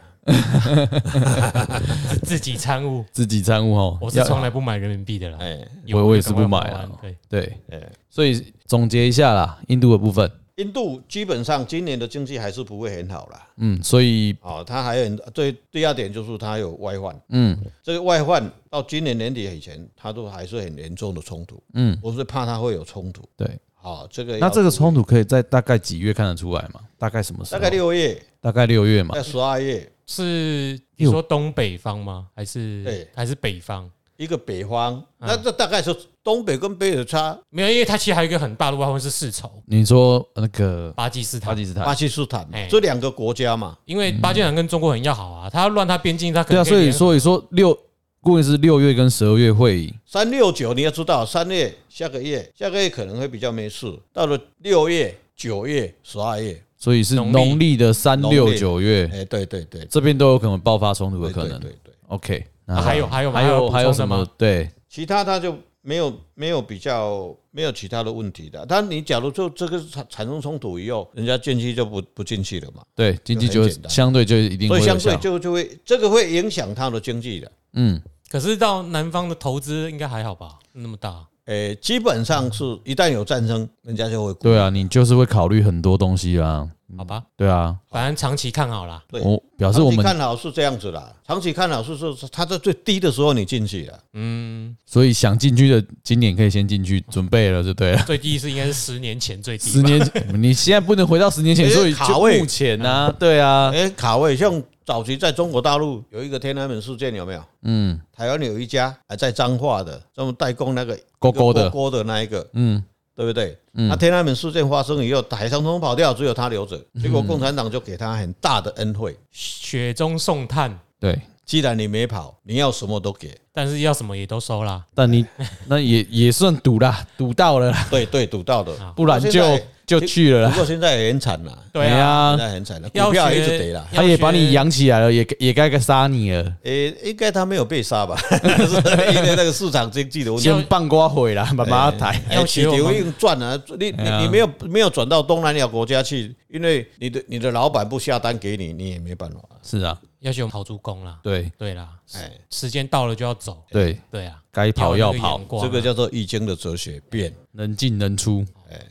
[SPEAKER 2] 自自己参悟，
[SPEAKER 1] 自己参悟哦。
[SPEAKER 2] 我是
[SPEAKER 1] 要
[SPEAKER 2] 从来不买人民币的啦。
[SPEAKER 3] 哎，
[SPEAKER 2] 有
[SPEAKER 1] 我我也是不
[SPEAKER 2] 赶快
[SPEAKER 1] 买
[SPEAKER 2] 花
[SPEAKER 1] 啊
[SPEAKER 2] 完对，
[SPEAKER 1] 对
[SPEAKER 3] 哎，
[SPEAKER 1] 所以总结一下啦，印度的部分，
[SPEAKER 3] 印度基本上今年的经济还是不会很好啦。
[SPEAKER 1] 嗯，所以
[SPEAKER 3] 哦，它还有很最第二点就是它有外患，
[SPEAKER 1] 嗯
[SPEAKER 3] 这个外患到今年年底以前，它都还是很严重的冲突。
[SPEAKER 1] 嗯，
[SPEAKER 3] 我是怕它会有冲突。
[SPEAKER 1] 对。
[SPEAKER 3] 好，这个
[SPEAKER 1] 那这个冲
[SPEAKER 3] 冲。
[SPEAKER 1] 突可以在大概几月看得出来吗？大概什么时
[SPEAKER 3] 大
[SPEAKER 1] 候？
[SPEAKER 3] 概六月
[SPEAKER 1] 大概六月嘛
[SPEAKER 3] 到。十二月，
[SPEAKER 2] 是你说东北方吗？还是
[SPEAKER 3] 对
[SPEAKER 2] 还是北方？
[SPEAKER 3] 一个北方，
[SPEAKER 1] 啊
[SPEAKER 3] 那这大概是东北跟北的差，
[SPEAKER 2] 没有，因为它其实还有一个很大的外患是世仇，
[SPEAKER 1] 你说那个
[SPEAKER 2] 巴基斯
[SPEAKER 1] 巴
[SPEAKER 2] 坦。
[SPEAKER 1] 基斯
[SPEAKER 3] 巴
[SPEAKER 1] 坦，嗯
[SPEAKER 3] 基斯坦
[SPEAKER 2] 哎
[SPEAKER 3] 这两个国家嘛，
[SPEAKER 2] 因为巴基斯坦跟中国很要好啊，他要乱他边境，他可
[SPEAKER 1] 对
[SPEAKER 2] 能
[SPEAKER 1] 啊，
[SPEAKER 2] 可
[SPEAKER 1] 所以
[SPEAKER 2] 联合
[SPEAKER 1] 所以说六，顾问是六月跟十二月会议，
[SPEAKER 3] 三六九你要知道，三月下个月下个月可能会比较没事，到了六月、九月、十二月，
[SPEAKER 1] 所以是
[SPEAKER 2] 农历
[SPEAKER 1] 农历的三
[SPEAKER 3] 农历
[SPEAKER 1] 六九月，
[SPEAKER 3] 哎，对对对，
[SPEAKER 1] 这边都有可能爆发冲突的
[SPEAKER 3] 对
[SPEAKER 1] 可
[SPEAKER 3] 对
[SPEAKER 1] 能
[SPEAKER 3] 对。对，
[SPEAKER 1] OK，那
[SPEAKER 2] 啊还有还有吗
[SPEAKER 1] 还
[SPEAKER 2] 还有
[SPEAKER 1] 有
[SPEAKER 2] 补
[SPEAKER 1] 还有
[SPEAKER 2] 充的
[SPEAKER 1] 什么
[SPEAKER 2] 吗？
[SPEAKER 1] 对，
[SPEAKER 3] 其他它就没有没有比较没有其他的问题的，但你假如就这个产产生冲突以后，人家进去就不不进去了嘛，
[SPEAKER 1] 对，经济
[SPEAKER 3] 就
[SPEAKER 1] 就
[SPEAKER 3] 很简单
[SPEAKER 1] 相对就一定
[SPEAKER 3] 所
[SPEAKER 1] 会
[SPEAKER 3] 以
[SPEAKER 1] 有
[SPEAKER 3] 相对
[SPEAKER 1] 效。
[SPEAKER 3] 就就会这个会影响它的经济的。
[SPEAKER 1] 嗯，
[SPEAKER 2] 可是到南方的投资应该还好吧？那么大，
[SPEAKER 3] 诶、基本上是一旦有战争，人家就会顾虑
[SPEAKER 1] 嗯对啊，你就是会考虑很多东西啦。
[SPEAKER 2] 好吧，
[SPEAKER 1] 对啊，
[SPEAKER 2] 反正长期看好啦。
[SPEAKER 3] 对
[SPEAKER 1] 我表示
[SPEAKER 3] 长
[SPEAKER 1] 我
[SPEAKER 3] 期
[SPEAKER 1] 们，
[SPEAKER 3] 看好是这样子啦，长期看好是说它在最低的时候你进去了，
[SPEAKER 2] 嗯，
[SPEAKER 1] 所以想进去的今年可以先进去准备了，就对了。
[SPEAKER 2] 最低是应该是十年前最低
[SPEAKER 1] 十
[SPEAKER 2] 吧。
[SPEAKER 1] 年，你现在不能回到十年前，
[SPEAKER 3] 哎
[SPEAKER 1] 所以
[SPEAKER 3] 卡
[SPEAKER 1] 就
[SPEAKER 3] 位
[SPEAKER 1] 目前啊，对啊，
[SPEAKER 3] 哎、卡位像早期在中国大陆有一个天安门事件有没有？
[SPEAKER 1] 嗯，
[SPEAKER 3] 台湾有一家还在彰化的，专门代工那个
[SPEAKER 1] 勾勾的，
[SPEAKER 3] 勾勾的那一个，
[SPEAKER 1] 嗯，
[SPEAKER 3] 对不对？
[SPEAKER 1] 嗯
[SPEAKER 3] 那天安门事件发生以后，台商通通跑掉，只有他留着，
[SPEAKER 1] 嗯
[SPEAKER 3] 结果共产党就给他很大的恩惠，
[SPEAKER 2] 雪中送炭，
[SPEAKER 1] 对。
[SPEAKER 3] 既然你没跑，你要什么都给，
[SPEAKER 2] 但是要什么也都收啦。
[SPEAKER 1] 但 你那也也算赌啦，赌到了啦，
[SPEAKER 3] 对对，赌到的。
[SPEAKER 1] 不然
[SPEAKER 3] 我现
[SPEAKER 1] 就
[SPEAKER 3] 在
[SPEAKER 1] 就去了啦。
[SPEAKER 3] 不过现在也很惨啦，
[SPEAKER 2] 对
[SPEAKER 1] 哎
[SPEAKER 2] 啊，
[SPEAKER 1] 呀
[SPEAKER 3] 现，在很惨了，
[SPEAKER 2] 要
[SPEAKER 3] 股票
[SPEAKER 2] 学
[SPEAKER 3] 一直跌啦。
[SPEAKER 1] 他也把
[SPEAKER 2] 要
[SPEAKER 1] 你
[SPEAKER 2] 学
[SPEAKER 1] 养起来了，也该也该该杀你了，
[SPEAKER 3] 诶、应该他没有被杀吧？ 是因为那个市场经济的问题。
[SPEAKER 1] 先半瓜毁了，把把他抬。
[SPEAKER 3] 哎
[SPEAKER 2] 要
[SPEAKER 3] 起
[SPEAKER 2] 学我
[SPEAKER 3] 流
[SPEAKER 2] 们
[SPEAKER 3] 硬赚啊！你
[SPEAKER 1] 哎呀
[SPEAKER 3] 你你没有没有转到东南亚国家去，因为你的你的老板不下单给你，你也没办法。
[SPEAKER 1] 是啊，
[SPEAKER 2] 要学我们好助攻啦。
[SPEAKER 1] 对
[SPEAKER 2] 对啦，
[SPEAKER 3] 哎，
[SPEAKER 2] 时间到了就要走。
[SPEAKER 1] 对，
[SPEAKER 2] 对啊，
[SPEAKER 1] 该跑要
[SPEAKER 2] 有那个
[SPEAKER 1] 跑
[SPEAKER 2] 眼，光啊
[SPEAKER 3] 这个叫做易经的哲学变。
[SPEAKER 1] 能进能出。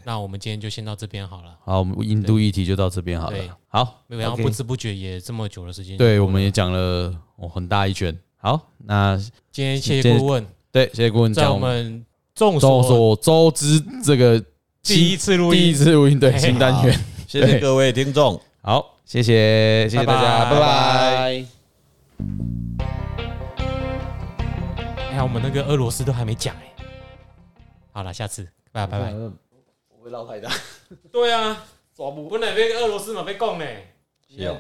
[SPEAKER 2] 那我们今天就先到这边好了。
[SPEAKER 1] 好，我们印度议题就到这边好
[SPEAKER 2] 对
[SPEAKER 1] 了。好，
[SPEAKER 2] 没有，然后
[SPEAKER 1] OK
[SPEAKER 2] 不知不觉也这么久的时间。
[SPEAKER 1] 对，我们也讲了哦很大一圈。好，那
[SPEAKER 2] 今天谢谢顾问，
[SPEAKER 1] 对，谢谢顾问
[SPEAKER 2] 在
[SPEAKER 1] 讲
[SPEAKER 2] 我
[SPEAKER 1] 我们
[SPEAKER 2] 们众
[SPEAKER 1] 众
[SPEAKER 2] 所
[SPEAKER 1] 所周知这个
[SPEAKER 2] 第一次录
[SPEAKER 1] 第一
[SPEAKER 2] 音，哎
[SPEAKER 1] 次录音对
[SPEAKER 2] 嘿
[SPEAKER 1] 新单元。
[SPEAKER 3] 谢谢
[SPEAKER 1] 对
[SPEAKER 3] 各位听众。
[SPEAKER 1] 好，谢谢谢谢大家，
[SPEAKER 2] 拜拜
[SPEAKER 1] 拜拜。
[SPEAKER 2] 哎呀，我们那个俄罗斯都还没讲哎。好了，下次，拜拜拜拜。
[SPEAKER 1] 我会绕太大，
[SPEAKER 2] 对啊，
[SPEAKER 1] 抓不
[SPEAKER 2] 本来被俄罗斯嘛被供呢。
[SPEAKER 3] 是哦